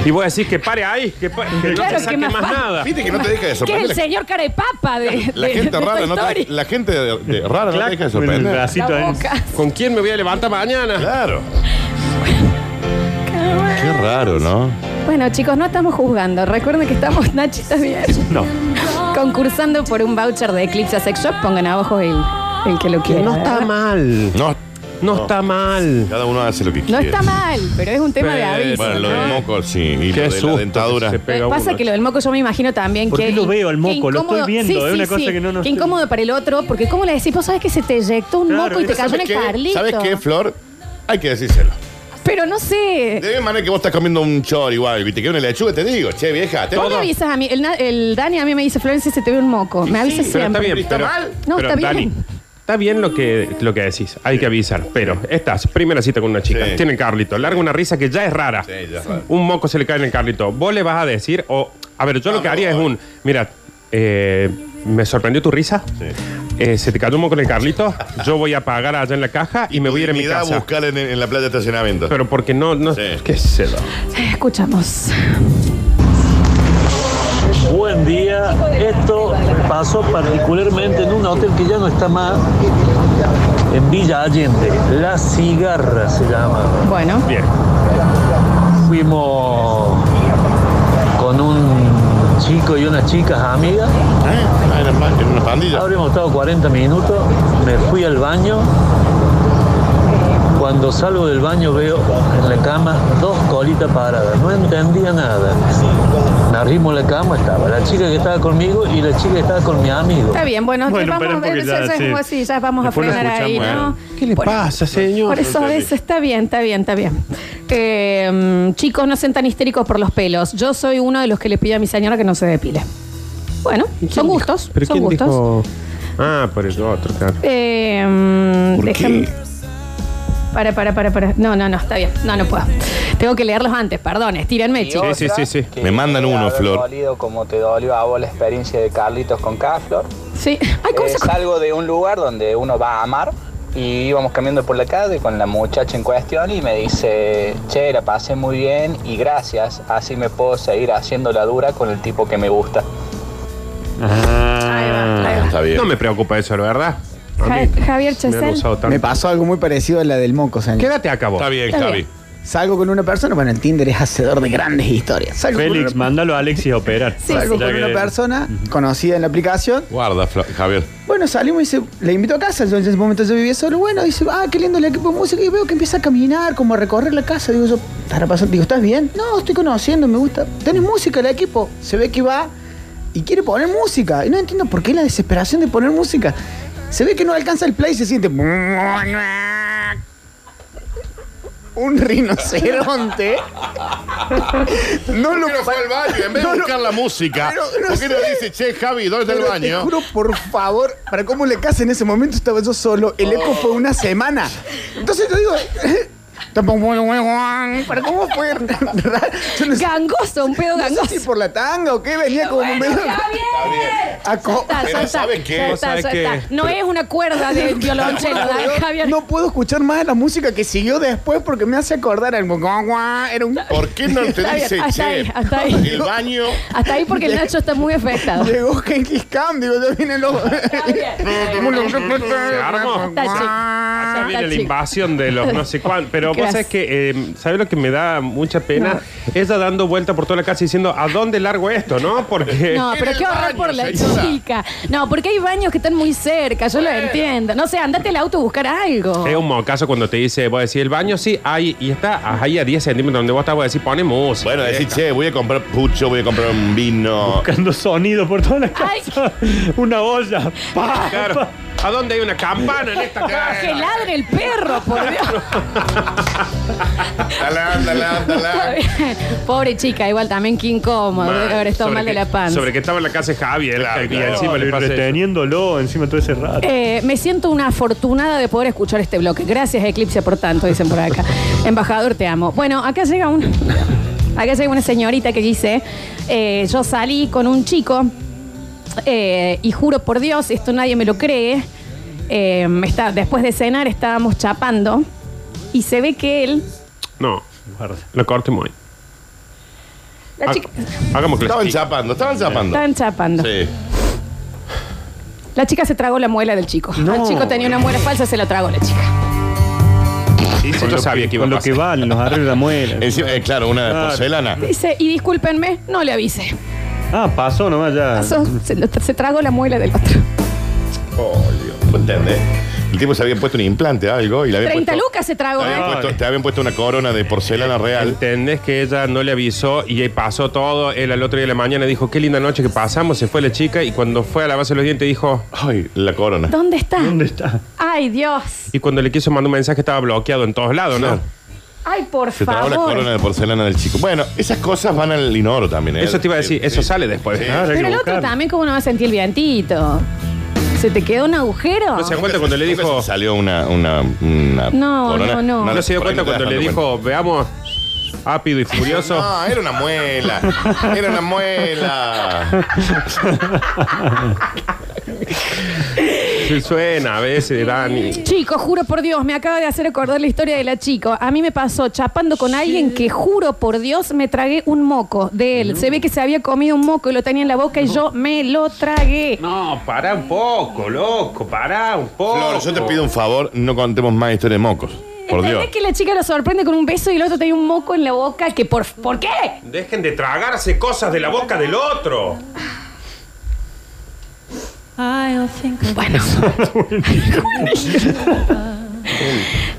y vos decís que pare ahí, que, pa- que
Claro,
no
que
te saque
más
más,
fa-
nada.
Viste que no te deja de
Que es el
sorprender.
señor cara de papa de,
La
de- de
gente
Toy
rara no
Story.
te, la gente de- de- rara no te deja de
Con el
sorprender.
bracito
La
en-
boca.
¿Con quién me voy a levantar mañana?
Claro. Qué raro, ¿no?
Bueno, chicos, no estamos juzgando. Recuerden que estamos, Nachi, ¿estás bien?
No.
Concursando por un voucher de Eclipse Sex Shop. Pongan abajo el, el que lo
Que
quiera.
no está
¿verdad?
mal.
No,
No, está mal.
cada uno hace lo que
No
quiere.
está mal, pero es un tema de
Pero,
aviso.
Bueno, lo
¿no?
del moco, sí. Y
Qué
lo de la
susto que
dentadura.
se
Lo que
pega
pasa
uno.
que lo del moco yo me imagino también
¿Por
que.
qué lo veo al
que
moco? Lo
incómodo-
estoy viendo, es una cosa que no- no
Qué
estoy-
incómodo para el otro, porque ¿cómo le decís? Vos sabés que se te eyectó un
Claro,
moco y te
Pero
cayó en el
qué?
carlito.
¿Sabes qué, Flor? Hay que decírselo.
Pero no
De
sé.
la misma manera que vos estás comiendo un chor igual y te queda una lechuga, te digo, che, vieja, te
¿Vos me avisas a mí? El, na- el Dani a mí me dice, Florencia, se te ve un moco. Me avisas
Pero
siempre.
está bien, pero,
No,
pero,
está bien.
Dani, está bien lo que, lo que decís, hay que avisar. Pero estás, primera cita con una chica,
Sí.
tiene Carlito, larga una risa que ya es rara.
Sí, ya es rara.
Un moco se le cae en el Carlito. Vos le vas a decir, o. A ver, yo lo que
Vamos,
haría es
vamos.
un. Mira, eh, me sorprendió tu risa. Eh, se te cayó un moco en el Carlito. Yo voy a pagar allá en la caja y me voy a ir a mi
da a
casa.
buscar en, en la playa de estacionamiento.
Pero porque no. no
Sí.
¿Qué sé yo.
Escuchamos.
Buen día. Esto pasó particularmente en un hotel que ya no está más, en Villa Allende. La Cigarra se llama.
Bueno.
Bien.
Fuimos con un chico y unas chicas amigas.
¿Eh? Ah, era pa- era una pandilla.
Habremos estado 40 minutos. Me fui al baño. Cuando salgo del baño veo en la cama dos colitas paradas. No entendía nada. Me arrimo a la cama, estaba la chica que estaba conmigo y la chica que estaba con mi amigo.
Está bien, bueno,
Bueno,
vamos
esperen
a ver,
porque
eso,
ya,
eso es
sí.
como así, ya vamos
Después
a
lo
frenar ahí,
escuchamos, eh.
¿no? Por-
señor?
Por eso a veces está bien, está bien, está bien. Eh, chicos, no sean tan histéricos por los pelos. Yo soy uno de los que le pido a mi señora que no se depile. Bueno, son gustos,
¿Pero
son
quién
gustos.
dijo? Ah, por el otro, claro.
Eh, mm, déjame- Para, para, para, para. No, no, no, está bien. No, no puedo. Tengo que leerlos antes, perdón, estírenme,
Y
chicos.
otra
Sí, sí, sí, sí.
que
Me mandan
debe
uno,
haber
Flor.
dolido como te dolió a vos la experiencia de Carlitos con K, Flor.
Sí. Ay, ¿cómo
Eh,
se
salgo de un lugar donde uno va a amar y íbamos caminando por la calle con la muchacha en cuestión y me dice, che, la pasé muy bien y gracias, así me puedo seguir haciendo la dura con el tipo que me gusta.
Ahí va, ahí
Ah.
va.
Está bien.
No me preocupa eso, la verdad. A mí
Ja- Javier
me han
Chesel.
usado tanto.
Me pasó algo muy parecido a la del moco, señor.
Quédate acá vos.
Está bien,
Está
Javi.
bien.
Salgo con una persona, bueno, el Tinder es hacedor de grandes historias. Salgo con
Félix,
una-
mándalo a Alexis a operar.
Sí,
salgo
sí.
Ya
con una
que-
persona conocida en la aplicación.
Guarda, Fla- Javier.
Bueno, salimos y se, le invito a casa. Yo en ese momento yo vivía solo. Bueno, dice, ah, qué lindo el equipo de música. Y veo que empieza a caminar, como a recorrer la casa. Digo, yo, estará pasando. Digo, ¿estás bien? No, estoy conociendo, me gusta. Tenés música el equipo. Se ve que va y quiere poner música. Y no entiendo por qué la desesperación de poner música. Se ve que no alcanza el play y se siente. Un rinoceronte. no
¿Por
lo
qué no fue al baño? En vez de
No, no.
buscar la música,
Pero, no
¿por qué no
sé.
dice, che, Javi, ¿dónde está el
Pero te
baño?
juro, por favor, para cómo le casa en ese momento estaba yo solo. El eco fue una semana. Entonces yo digo. Tampoco ¿Para cómo fue? Yo no sé-
Gangoso, un pedo
no sé
gangoso.
si por la tanga o qué venía como medio. aco-
Ya
Pero
ya
¿sabe qué?
ya
¿Vos
está,
sabés
ya
qué?
está. No es una cuerda de violonchelo, dale, Javier.
No puedo escuchar más la música que siguió después porque me hace acordar al era un
¿Por qué no te
Está bien,
dice,
hasta
che,
ahí, hasta ahí.
el baño?
Hasta ahí porque el Nacho está muy afectado.
llegó Genghis Khan, digo, ya vienen los
Acá Ah, viene la
Ah, chico.
invasión de los no sé cuál. Pero vos
Gracias.
sabés que, eh, ¿sabés lo que me da mucha pena? Ella dando vuelta por toda la casa diciendo, ¿a dónde largo esto, no? Porque.
No, pero
el
qué horror
baño,
por la
señora.
chica. No, porque hay baños que están muy cerca, yo lo entiendo. No sé, andate al auto a buscar algo.
Es un mocaso cuando te dice, vos decís, el baño sí, hay, y está ahí a 10 centímetros donde vos estás, vos decís, pone música.
Bueno, eh, decir, che, voy a comprar pucho, voy a comprar un vino.
Buscando sonido por toda la
Ay.
casa. Una olla. Pa,
Claro.
pa.
¿A dónde hay una campana en esta casa?
Que ladre el perro, por Dios.
Talán, talán,
Está
talán.
bien. Pobre chica, igual también que incómodo. Debe haber estado
sobre
mal de
que-
la panza.
Sobre que estaba en la casa de Javier.
Claro,
y
claro.
encima le
Y
pasa eso.
reteniéndolo encima todo ese rato.
Eh, me siento una afortunada de poder escuchar este bloque. Gracias, Eclipse, por tanto, dicen por acá. Embajador, te amo. Bueno, acá llega un. Acá llega una señorita que dice: eh, Yo salí con un chico eh, y juro por Dios, esto nadie me lo cree. eh, está, después de cenar estábamos chapando y se ve que él.
No,
Eh.
lo cortemos ahí.
La
Ha-
chica.
Hagamos que lo
Estaban
explique.
chapando, estaban chapando.
Están chapando.
Sí.
La chica se tragó la muela del chico. El chico tenía una muela falsa, se la tragó la chica.
Sí, sí, yo sabía que iba
Con
a
lo que
pasar.
van, nos arregla la muela.
Encima, eh, claro, una de
Claro.
porcelana.
Dice, y discúlpenme, no le avisé.
Ah, pasó nomás ya.
Pasó, se, lo- se tragó la muela del otro.
Oh, Dios. ¿Entendés? El tipo se había puesto un implante, algo, y le había
30
puesto...
lucas se tragó,
Te habían,
¿eh?
puesto, te habían puesto una corona de porcelana real.
Entendés que ella no le avisó y ahí pasó todo. Él al otro día de la mañana dijo, qué linda noche que pasamos. Se fue la chica y cuando fue a lavarse los dientes dijo...
Ay, la corona.
¿Dónde está?
¿Dónde está?
Ay, Dios.
Y cuando le quiso mandar un mensaje estaba bloqueado en todos lados, ¿no?
Claro.
Ay, por
Se trabó la corona
favor.
de porcelana del chico. Bueno, esas cosas van al inodoro también. ¿eh?
Eso te iba a decir,
Sí,
eso
sí.
sale después. Ah,
Sí.
¿no?
Hay que
Pero el otro
buscarlo.
también, ¿cómo no va a sentir el vientito? ¿Se te quedó un agujero?
No se dan cuenta cuando le
Nunca
dijo...
se Salió una. una, una
No, no, no.
No se dio cuenta cuando le dijo, veamos, rápido y furioso.
No, era una muela. Era una muela.
Sí, Suena a veces, Dani.
Chicos, juro por Dios, me acaba de hacer acordar la historia de la chica. A mí me pasó chapando con alguien que, juro por Dios, me tragué un moco de él. Se ve que se había comido un moco y lo tenía en la boca y yo me lo tragué.
No, pará un poco, loco, pará un poco.
Flor, yo te pido un favor, no contemos más historias de mocos. Por Dios.
¿Entendés que la chica lo sorprende con un beso y el otro tenía un moco en la boca? Que por, ¿Por qué?
Dejen de tragarse cosas de la boca del otro.
Bueno.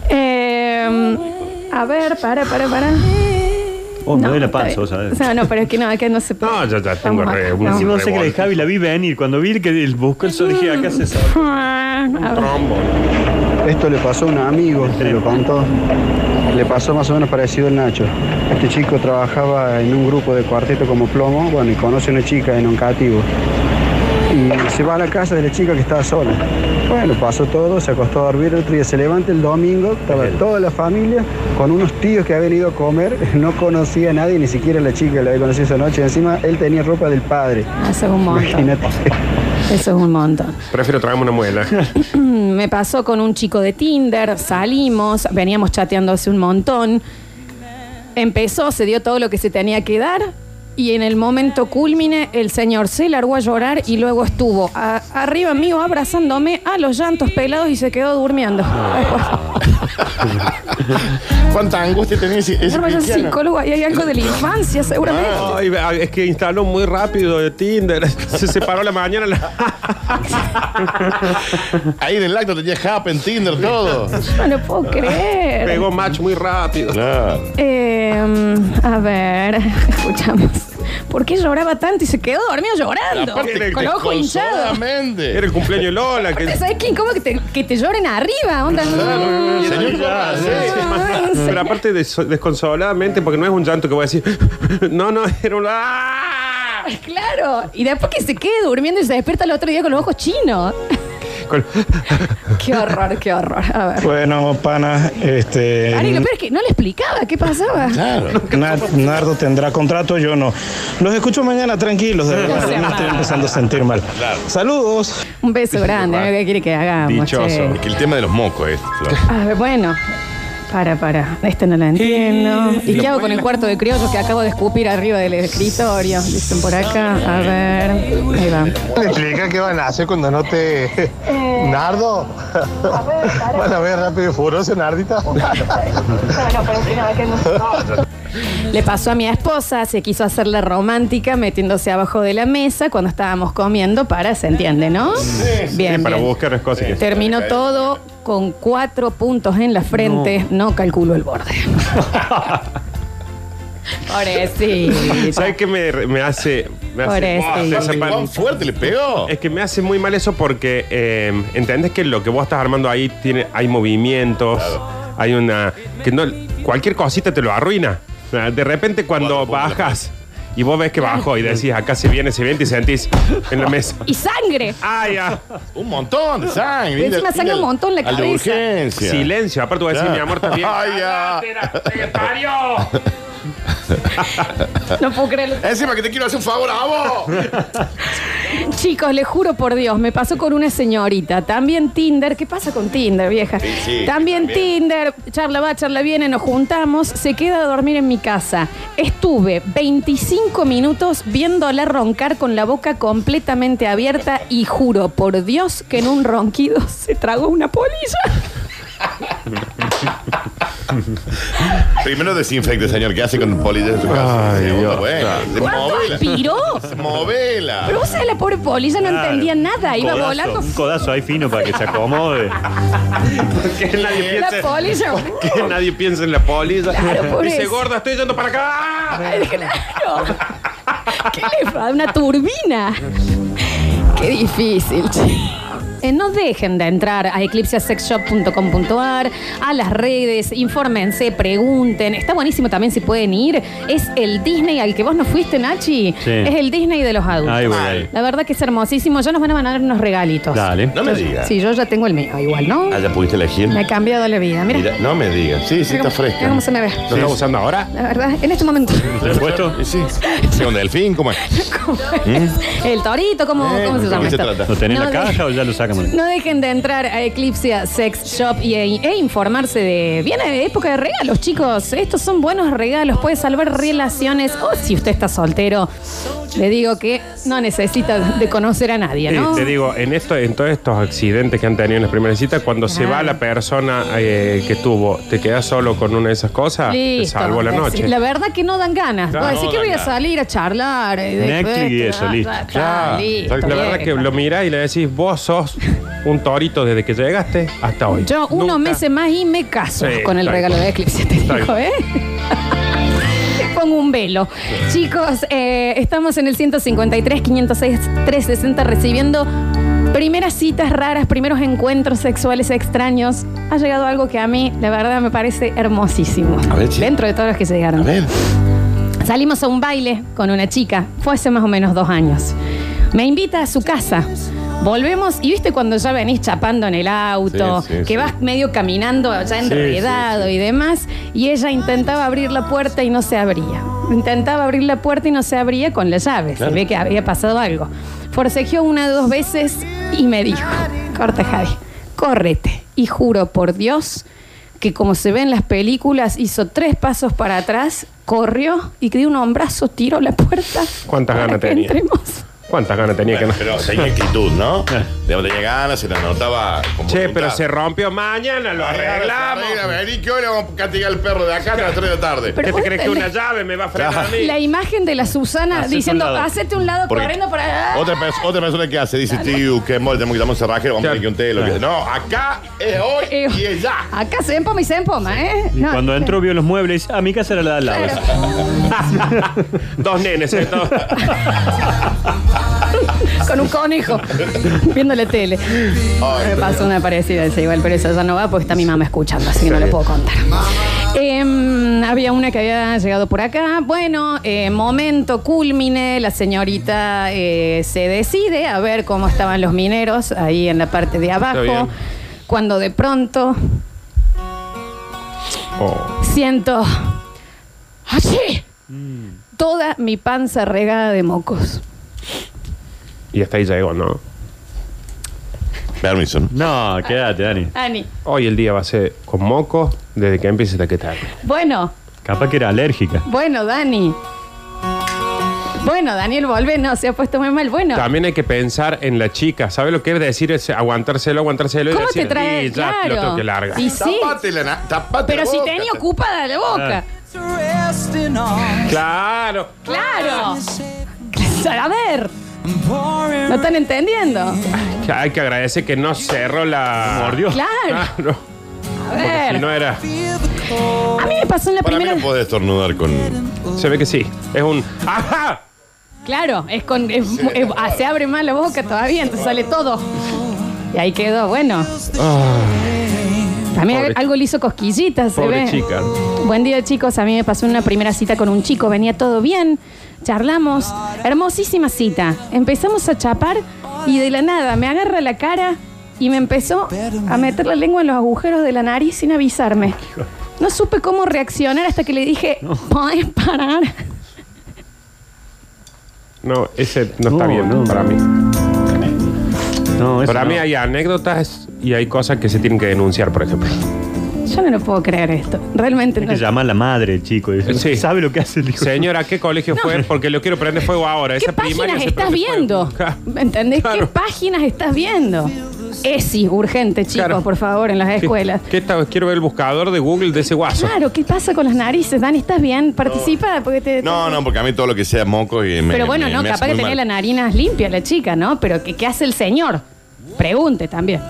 Eh, a ver, para, para, para.
Oh, me duele la panza,
está
vos
bien.
sabés.
No, no, pero es que no, acá no se puede.
No, ya, ya, tengo
Vamos
re-
acá,
un-
no.
Sí, no sé que la de Javi la vi venir. Cuando vi que el buscó el sol, dije, acá se sabe.
A ver.
Trombo.
Esto le pasó a un amigo, me lo contó. Le pasó más o menos parecido al Nacho. Este chico trabajaba en un grupo de cuarteto como plomo, bueno, y conoce a una chica en un cativo. Y se va a la casa de la chica que estaba sola. Bueno, pasó todo, se acostó a dormir, el otro día se levanta el domingo, estaba toda la familia con unos tíos que habían ido a comer, no conocía a nadie, ni siquiera a la chica que la había conocido esa noche, encima él tenía ropa del padre.
Eso es un montón.
Imagínate.
Eso es un montón.
Prefiero tragarme una muela.
Mm, Me pasó con un chico de Tinder, salimos, veníamos chateando hace un montón. Empezó, se dio todo lo que se tenía que dar y en el momento culmine el señor se largó a llorar y luego estuvo a- arriba mío abrazándome a los llantos pelados y se quedó durmiendo.
¿Cuánta angustia tenía ese, ese
Norma, yo soy
cristiano?
psicóloga y hay algo de la infancia, seguramente.
Ay, ay, es que instaló muy rápido de Tinder. Se separó la mañana.
Ahí en el acto tenía Happen, Tinder, todo.
No lo puedo creer.
Pegó match muy rápido.
Claro.
Eh, a ver, escuchamos. ¿Por qué lloraba tanto y se quedó dormido llorando?
Aparte,
con los ojos hinchados.
Era
desconsoladamente.
el cumpleaños de Lola. Que...
¿Sabes quién? ¿Cómo que te, que te lloren arriba? Onda.
Señor, ¿cómo hace?
Ah, Pero aparte des- desconsoladamente, porque no es un llanto que voy a decir. No, no, era un. ¡Ah!
Claro. Y después que se quede durmiendo y se despierta el otro día con los ojos chinos.
Con-
Qué horror, qué horror. A ver.
Bueno, pana,
Eh,
este.
Ari, lo peor es que no le explicaba qué pasaba.
Claro.
Na- Nardo tendrá contrato, yo no. Los escucho mañana tranquilos, de verdad.
sea
Me estoy
malo.
empezando a sentir mal. Saludos.
Un beso grande, a ver ¿qué quiere que hagamos?
Dichoso.
che?
Es que el tema de los mocos es. Flor.
A ver, bueno. Para, para. Este no lo entiendo. ¿Y qué hago con el cuarto de criollo que acabo de escupir arriba del escritorio? Dicen por acá. A ver. Ahí va.
Explica qué van a hacer cuando no te... Nardo. Van Eh, a ver rápido y furioso, Nardita.
Le pasó a mi esposa, se quiso hacerle romántica metiéndose abajo de la mesa cuando estábamos comiendo para, se entiende, ¿no?
sí,
bien,
para
bien.
buscar las cosas. que-
Terminó todo con cuatro puntos en la frente. No, calculo el borde. Pobrecita.
¿Sabes qué me, me hace? Me hace
Pobrecito.
¡Buah! esa
Aparte,
pan-
¿Cuán fuerte le pegó?
Es que me hace muy mal eso porque eh, entendés que lo que vos estás armando ahí tiene, hay movimientos, hay una. que no cualquier cosita te lo arruina. De repente cuando
Cuatro puntos.
bajas y vos ves que bajó y decís acá se viene, se viene y sentís en la mesa.
Y sangre.
¡Ay, ah!
Un montón de sangre.
Y encima
Ir al-
sangre
ir
un
al-
montón la
al de
cabeza.
urgencia.
Silencio. Aparte voy a decir,
Claro.
mi amor, ¿estás bien?
Ay, ah. ya.
¡Cállate, la secretario!
No puedo creerlo.
Encima que te quiero hacer un favor a vos.
Chicos, les juro por Dios, me pasó con una señorita. También Tinder. ¿Qué pasa con Tinder, vieja?
Sí, sí,
también,
también.
Tinder. Charla va, charla viene, nos juntamos. Se queda a dormir en mi casa. Estuve 25 minutos viéndola roncar con la boca completamente abierta y juro por Dios que en un ronquido se tragó una polilla.
Primero desinfecte, señor. ¿Qué hace con polillas en su casa?
Ay,
Segundo,
Dios.
bueno, se
¿Cuánto
movela.
aspiró?
Se movela.
Pero vos sabés, la pobre polilla no
Claro.
entendía nada. Iba
Codazo,
volando.
Un codazo ahí fino para que se acomode.
Que nadie
La
piense.
polilla.
Que nadie piense en la policía.
Claro, por
Dice,
eso.
gorda, estoy yendo para acá.
Ay, claro. ¿Qué le fa? Una turbina. Qué difícil, che. Eh, no dejen de entrar a eclipsiasexshop.com.ar, a las redes, infórmense, pregunten. Está buenísimo también si pueden ir. Es el Disney al que vos no fuiste, Nachi.
Sí.
Es el Disney de los adultos.
Ahí voy, ahí.
La verdad que es hermosísimo. Ya nos van a mandar unos regalitos.
Dale.
No me digas.
Sí, yo ya tengo el mío igual, ¿no?
Ah, ya pudiste elegir.
Me ha cambiado la vida. Mira,
Mira, no me digas. Sí, sí,
Mira
está
cómo-
fresco.
mira cómo se me ve.
¿Lo estás usando ahora?
La verdad, en este momento.
¿Lo has puesto?
Sí. ¿Sí, un delfín? ¿Cómo es?
¿Cómo es? El torito, ¿cómo,
Eh,
cómo se
¿de
llama
qué se
esto?
trata?
¿Lo tenés en
No,
la
de-
caja o ya lo sacamos?
No dejen de entrar a Eclipse Sex Shop y, e, e informarse de. Viene época de regalos, chicos. Estos son buenos regalos. Puede salvar relaciones. O si usted está soltero, le digo que no necesita de conocer a nadie,
Sí,
¿no?
te digo, en esto, en todos estos accidentes que han tenido en las primeras citas, cuando se
Claro.
va la persona eh, que tuvo, te quedas solo con una de esas cosas, te
Listo.
ah, salvo la noche.
La verdad que no dan ganas.
Claro,
Voy a decir
no
que
dan
voy a
ganas.
salir a charlar. eh,
Netflix
después,
y eso,
ah,
listo.
ah, ah,
Claro.
listo,
la verdad
bien.
que lo mirás y le decís, vos sos un torito desde que llegaste hasta hoy.
Yo unos
Nunca-
meses más y me caso
Sí,
con el
tal
regalo
cual.
de Eclipse, te
Tal
digo,
cual.
¿eh? Le Pongo un velo. Chicos, eh, estamos en el 153, 506, 360 recibiendo primeras citas raras, primeros encuentros sexuales extraños. Ha llegado algo que a mí, la verdad, me parece hermosísimo.
A ver, sí.
Dentro de todos los que
A
llegaron.
ver.
Salimos a un baile con una chica. Fue hace más o menos dos años. Me invita a su casa. Volvemos y viste cuando ya venís chapando en el auto,
Sí, sí,
que
sí.
vas medio caminando ya
sí,
enredado y demás, y ella intentaba abrir la puerta y no se abría. Intentaba abrir la puerta y no se abría con la llave,
Claro.
se ve que había pasado algo. Forcejeó una o dos veces y me dijo, corta Javi, córrete. Y juro por Dios que como se ve en las películas, hizo tres pasos para atrás, corrió y que de un hombrazo tiró la puerta.
¿Cuántas
para
ganas
que
tenía?
entremos.
¿Cuántas ganas tenía
Bueno,
que no?
pero tenía actitud, ¿no? Digamos, tenía ganas, se la notaba como.
Che, pero se rompió mañana, lo arreglamos.
Vení, que hoy le vamos a castigar al perro de acá a las 3 de la tarde.
¿Qué
Pero
te
vos
crees que una
tenés-
llave me va a frenar a mí?
La imagen de la Susana
Hacete
diciendo,
un lado.
hacete un lado
Porque
corriendo para.
otra, pers- otra persona que hace dice, tío, qué mole, tenemos que darnos un cerrajero, vamos a
Claro.
tener que un té. lo que-". No, acá es hoy
Eh,
y es ya.
Acá se empoma y se empoma, ¿eh?
Y
No,
cuando entró vio los muebles, a mi casa era la de al lado.
claro.
Dos nenes, ¿eh? Dos-
con un conejo viéndole tele. Me pasó una parecida esa igual, pero eso ya no va porque está mi mamá escuchando, así que no le puedo contar. Em, había una que había llegado por acá. Bueno, eh, momento culmine, la señorita eh, se decide a ver cómo estaban los mineros ahí en la parte de
bien.
abajo, cuando de pronto
Oh.
siento... ¡Allí!
Mm.
Toda mi panza regada de mocos.
Y hasta ahí llegó, ¿no?
Permiso. ¿no?
No, quédate, Dani.
Ani,
Hoy el día va a ser con moco desde que empiece hasta que tarde.
bueno,
Capaz que era alérgica.
Bueno, Dani. Bueno, Daniel, volvé, no, se ha puesto muy mal. Bueno,
También hay que pensar en la chica. ¿Sabe lo que es decir? Es aguantárselo, aguantárselo y
¿cómo
decir,
te trae?
"Y ya lo tengo
claro.
que larga.
Y sí,
Tapate la na- tapate
pero
la
si
boca. Ah.
tenía ocupada la boca.
Claro.
Claro. A ver. ¿No están entendiendo?
Que Hay que agradecer que no cerró la.
Mordió.
Claro.
Claro.
A
Porque si no
ver.
era.
A mí me pasó en la
Para mí
primera.
no podés estornudar con.
Se ve que sí. Es un. ¡Ajá!
Claro, es con, es- es- ah, se abre más la boca todavía, entonces sale todo. Y ahí quedó, bueno. También
Pobre-
algo le hizo cosquillitas, se
Pobre
ve.
chica.
Buen día chicos, a mí me pasó una primera cita con un chico, venía todo bien, charlamos, hermosísima cita, empezamos a chapar y de la nada me agarra la cara y me empezó a meter la lengua en los agujeros de la nariz sin avisarme. No supe cómo reaccionar hasta que le dije, ¿podés parar?
No, ese no, está
No,
bien
no.
para mí.
No, eso
Para mí
no.
hay anécdotas y hay cosas que se tienen que denunciar, por ejemplo.
Yo no lo puedo creer esto, realmente
Hay
no.
que llamar a la madre, el chico. Dice,
Sí.
¿Sabe lo que hace el hijo?
Señora, ¿qué colegio fue? Porque lo quiero prender fuego ahora.
¿Qué
Esa primaria
páginas
se
estás
prende fuego.
viendo?
Ja.
¿Me entendés? ¿Qué
Claro.
páginas estás viendo? ESI, urgente, chicos,
Claro.
por favor, en las
¿Qué-
escuelas.
qué está- quiero ver el buscador de Google de ese guaso.
Claro, ¿qué pasa con las narices? Dani, ¿estás bien? Participa porque te...
No,
te-
no, porque a mí todo lo que sea moco y me.
Pero bueno,
me-
no,
me hace
capaz que
muy
tenía
mal.
las narinas limpias la chica, ¿no? Pero ¿qué, qué hace el señor? Pregunte también.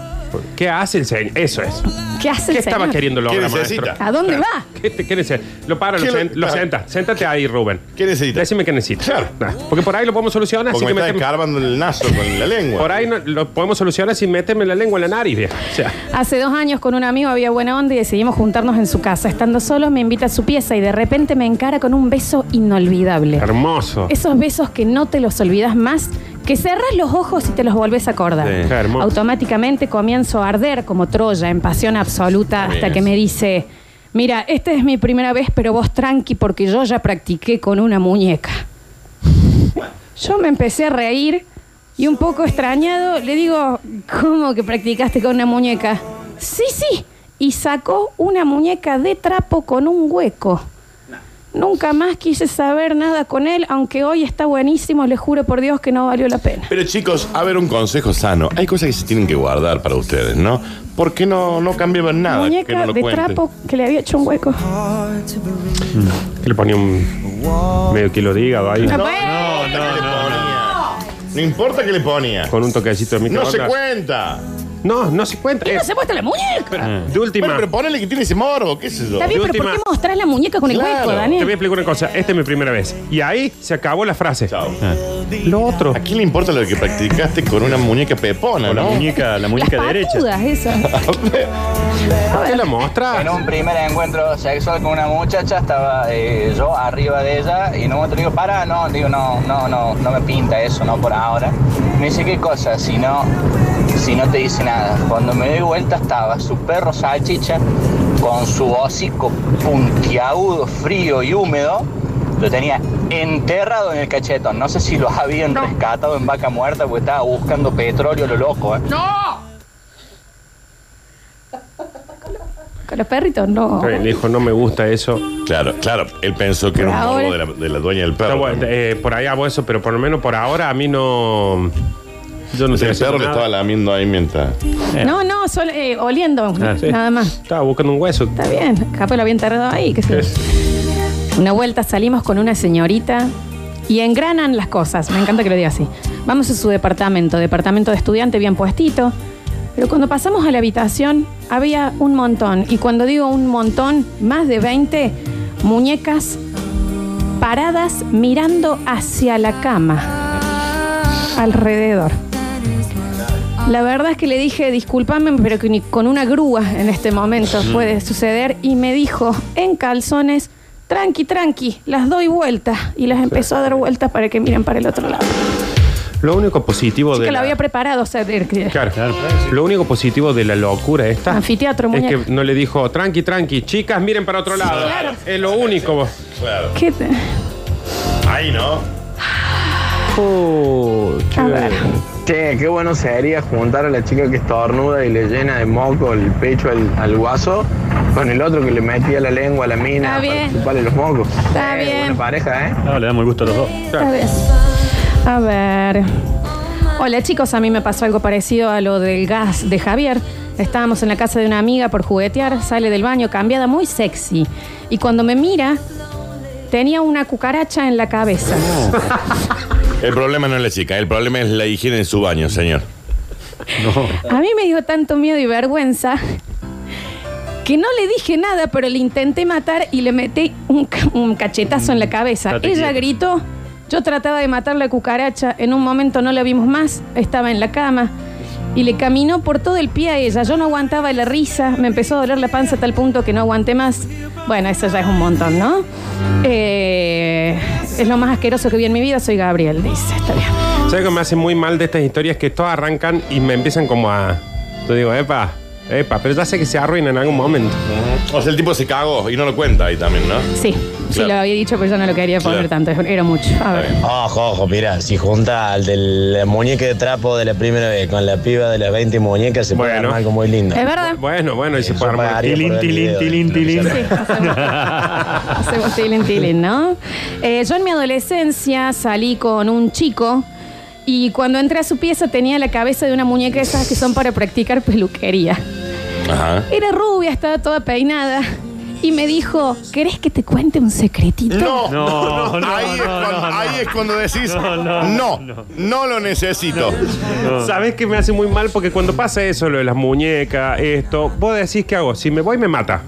¿Qué hace el señor? Eso es.
¿Qué hace el
¿Qué estaba
señor?
queriendo
¿Qué
lograr,
necesita?
maestro?
¿A dónde va?
¿Qué, te, qué necesita? Lo paro, lo,
¿Qué
sen-
lo-
lo senta. Séntate ahí, Rubén.
¿Qué necesita?
Decime qué necesitas.
Claro.
Nah, Porque por ahí lo podemos solucionar.
Porque
así
me
que
está
meteme-
escarbando el nazo con la lengua.
por ahí no- lo podemos solucionar sin meterme la lengua en la nariz, viejo. O sea,
Hace dos años con un amigo había buena onda y decidimos juntarnos en su casa. Estando solos me invita a su pieza y de repente me encara con un beso inolvidable.
hermoso.
Esos besos que no te los olvidas más, que cerras los ojos y te los volvés a acordar.
Sí. Qué hermoso.
Automáticamente comienzo a arder como Troya en pasión absoluta
Bien.
hasta que me dice, mira, esta es mi primera vez, pero vos tranqui porque yo ya practiqué con una muñeca. Yo me empecé a reír y un poco extrañado le digo, ¿cómo que practicaste con una muñeca? Sí, sí. Y sacó una muñeca de trapo con un hueco. Nunca más quise saber nada con él, aunque hoy está buenísimo, le juro por Dios que no valió la pena.
Pero chicos, a ver un consejo sano. Hay cosas que se tienen que guardar para ustedes, ¿no? ¿Por qué no, no cambiaban nada? que
muñeca
no lo
de
cuenten?
trapo que le había hecho un hueco.
Que le ponía un medio kilo de hígado ahí.
Bueno,
No, le ponía. No importa que le ponía.
Con un toquecito de
No
microondas.
se cuenta.
No, no se cuenta.
¿Qué
Eh,
no se muestra la muñeca?
De última.
Bueno, pero ponele que tiene ese morbo, qué sé yo.
Está bien,
Ah, de
pero ¿por qué
última-
mostrás la muñeca con el
Claro,
hueco,
Te voy a
Daniel?
explicar una cosa. Esta es mi primera vez. Y ahí se acabó la frase.
Chao.
Lo otro.
¿A quién le importa lo que practicaste con una muñeca pepona,
O la
no?
muñeca, la
Las
muñeca derecha.
patudas, eso.
¿Por qué la
En
mostras?
un primer encuentro sexual con una muchacha estaba eh, yo arriba de ella y en un momento le digo, para, no, digo, no, no, no, no me pinta eso, no por ahora. Me dice, ¿qué cosa? Si no, si no te dice nada. Cuando me doy vuelta estaba su perro salchicha con su hocico puntiagudo, frío y húmedo. Lo tenía enterrado en el cachetón. No sé si lo habían rescatado en vaca muerta porque estaba buscando petróleo lo loco. ¿eh?
Con los perritos? No.
Está bien, Le dijo, no me gusta eso.
Claro, claro. Él pensó que era un
Por
morbo de
ahora-
la, de la dueña del
Está
perro.
bueno, eh, por ahí hago eso, pero por lo menos por ahora a mí no. Yo no
el
estoy haciendo
perro le
nada.
estaba lamiendo ahí mientras.
No, no, solo eh, oliendo,
Ah, sí.
nada más.
Estaba buscando un hueso.
Está bien, capaz lo había enterrado ahí, qué sé yo.
Es-
Una vuelta salimos con una señorita y engranan las cosas. Me encanta que lo diga así. Vamos a su departamento, departamento de estudiante bien puestito. Pero cuando pasamos a la habitación había un montón. Y cuando digo un montón, más de 20 muñecas paradas mirando hacia la cama. Alrededor. La verdad es que le dije, discúlpame, pero que ni con una grúa en este momento puede suceder. Y me dijo, en calzones, tranqui, tranqui, las doy vueltas. Y las empezó a dar vueltas para que miren para el otro lado.
Lo único positivo
Así
de.
que la
la-
había preparado, o sea, de- de-
Claro. Lo único positivo de la locura esta
Anfiteatro,
es
muñeca.
que no le dijo, tranqui, tranqui, chicas, miren para otro lado.
claro.
Es lo único. vos.
Claro.
¿Qué te-
Ahí no.
A ver.
Che, qué bueno sería juntar a la chica que estornuda y le llena de moco el pecho al, al guaso con el otro que le metía la lengua a la mina
Está bien.
para chuparle los mocos.
Está
Eh,
bien.
Buena pareja, ¿eh?
Ah, le damos el gusto a los dos.
Esta vez. A ver. Hola chicos, a mí me pasó algo parecido a lo del gas de Javier. Estábamos en la casa de una amiga por juguetear, sale del baño cambiada muy sexy. Y cuando me mira, tenía una cucaracha en la cabeza.
El problema no es la chica, el problema es la higiene en su baño, señor.
A mí me dio tanto miedo y vergüenza que no le dije nada, pero le intenté matar y le metí un, ca- un cachetazo en la cabeza.
Estate
Ella
quieta.
gritó, yo trataba de matar la cucaracha, en un momento no la vimos más, estaba en la cama. Y le caminó por todo el pie a ella. Yo no aguantaba la risa, me empezó a doler la panza a tal punto que no aguanté más. Bueno, eso ya es un montón, ¿no? Eh, es lo más asqueroso que vi en mi vida, soy Gabriel, dice. Está bien.
¿Sabes que me hace muy mal de estas historias? Que todas arrancan y me empiezan como a. Yo digo, epa, epa, pero ya sé que se arruinan en algún momento.
O sea, el tipo se cagó y no lo cuenta ahí también, ¿no?
Sí, sí
Claro.
lo había dicho, pero yo no lo quería poner
Claro.
tanto, era mucho. A ver.
Ojo, ojo, mira, si junta al del muñeque de trapo de la primera vez con la piba de las 20 muñecas, se
Bueno.
puede armar algo muy lindo.
¿Es verdad?
Bueno, bueno, y se puede armar.
pagaría
Tilín,
por ver el
tilín,
video
tilín,
de
tilín.
Sí, hacemos, hacemos tilín, tilín, ¿no? Eh, yo en mi adolescencia salí con un chico y cuando entré a su pieza tenía la cabeza de una muñeca de esas que son para practicar peluquería.
Ajá.
Era rubia, estaba toda peinada y me dijo, ¿querés que te cuente un secretito?
No, no, no,
No, no,
ahí, es
no,
cuando,
no,
ahí
no.
es cuando decís,
No,
no,
no,
no,
no.
lo necesito.
¿Sabes que me hace muy mal? Porque cuando pasa eso, lo de las muñecas, esto, vos decís, ¿qué hago? Si me voy, me mata.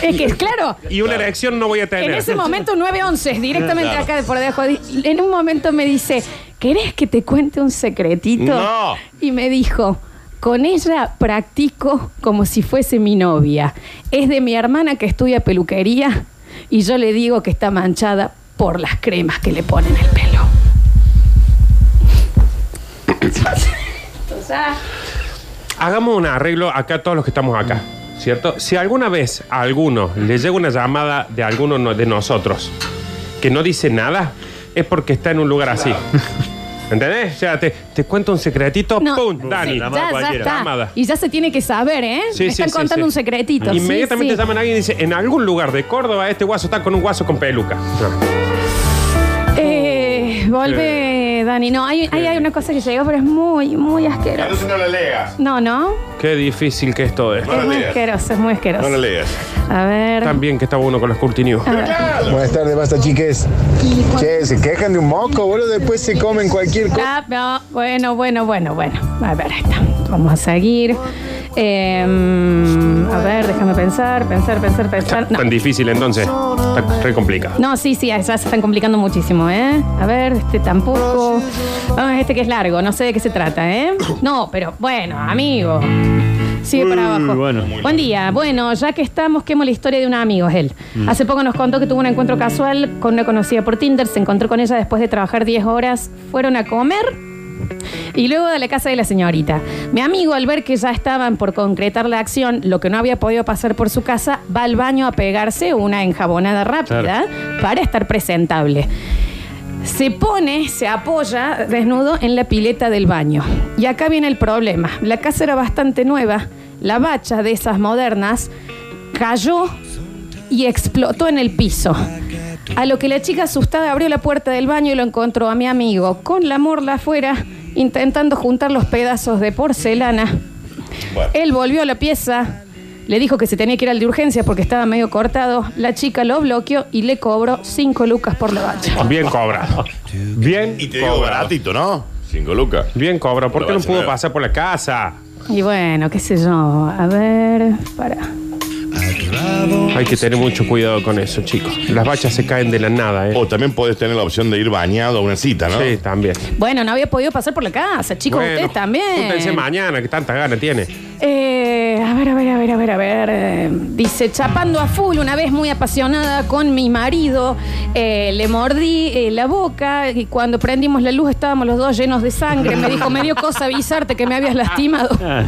Es que, claro,
Y una erección no voy a tener.
En ese momento 911, directamente
Claro.
acá de por debajo. En un momento me dice, ¿querés que te cuente un secretito?
No.
Y me dijo, con ella practico como si fuese mi novia. Es de mi hermana que estudia peluquería y yo le digo que está manchada por las cremas que le ponen el pelo.
Hagamos un arreglo acá todos los que estamos acá, ¿cierto? Si alguna vez a alguno le llega una llamada de alguno no- de nosotros que no dice nada, es porque está en un lugar así. ¿Entendés? O sea, te, te cuento un secretito,
No,
¡pum!
sí,
Dani.
ya,
Llamada
ya
cualquiera.
está.
Llamada.
Y ya se tiene que saber, ¿eh?
Sí,
Me
sí,
están
sí,
contando
sí.
un secretito. Sí,
Inmediatamente
sí.
llaman a alguien y dicen, en algún lugar de Córdoba este guaso está con un guaso con peluca.
Eh, volve, Dani. No, hay, hay, hay una cosa que llegó, pero es muy, muy asquerosa.
Entonces no lo leas.
No, no.
Qué difícil que es todo esto.
No
Es
lo
muy
leas.
asqueroso, es muy
No lo
asqueroso.
leas.
A ver.
También que estaba uno con los curtinios.
Buenas tardes, basta chiques. Che, se quejan de un moco, boludo, después se comen cualquier
Ah,
cosa.
no, bueno, bueno, bueno, bueno. A ver, ahí está. Vamos a seguir. Eh, a ver, déjame pensar, pensar, pensar, pensar. No.
Tan difícil entonces. Está re complicado.
No, sí, sí, ya se están complicando muchísimo, ¿eh? A ver, este tampoco. Vamos, este que es largo, no sé de qué se trata, ¿eh? No, pero bueno, amigo. Sigue para
Uy,
abajo.
bueno.
Buen día. Bueno, ya que estamos, quemo la historia de un amigo, es él.
Mm.
Hace poco nos contó que tuvo un encuentro casual con una conocida por Tinder, se encontró con ella después de trabajar 10 horas, fueron a comer y luego de la casa de la señorita. Mi amigo, al ver que ya estaban por concretar la acción, lo que no había podido pasar por su casa, va al baño a pegarse una enjabonada rápida
Claro.
para estar presentable. Se pone, se apoya desnudo en la pileta del baño. Y acá viene el problema. La casa era bastante nueva. La bacha de esas modernas cayó y explotó en el piso. A lo que la chica asustada abrió la puerta del baño y lo encontró a mi amigo, con la morla afuera, intentando juntar los pedazos de porcelana.
Bueno.
Él volvió a la pieza, le dijo que se tenía que ir al de urgencia porque estaba medio cortado. La chica lo bloqueó y le cobró cinco lucas por la bacha.
Bien cobrado. Bien
Y te digo
cobrado.
baratito, ¿no? Cinco lucas.
Bien cobrado. ¿Por qué no
Lo
pudo
bache-
pasar por la casa?
Y bueno, qué sé yo. A ver, para.
Hay que tener mucho cuidado con eso, chicos. Las bachas se caen de la nada, ¿eh?
O también puedes tener la opción de ir bañado a una cita, ¿no?
Sí, también.
Bueno, no había podido pasar por la casa, chicos,
Bueno,
ustedes también.
júntense mañana, que tantas ganas tiene.
Eh, a ver, a ver, a ver, a ver, a ver. eh, dice, chapando a full, una vez muy apasionada con mi marido, eh, le mordí eh, la boca y cuando prendimos la luz estábamos los dos llenos de sangre. Me dijo, me dio cosa avisarte que me habías lastimado.
Ah,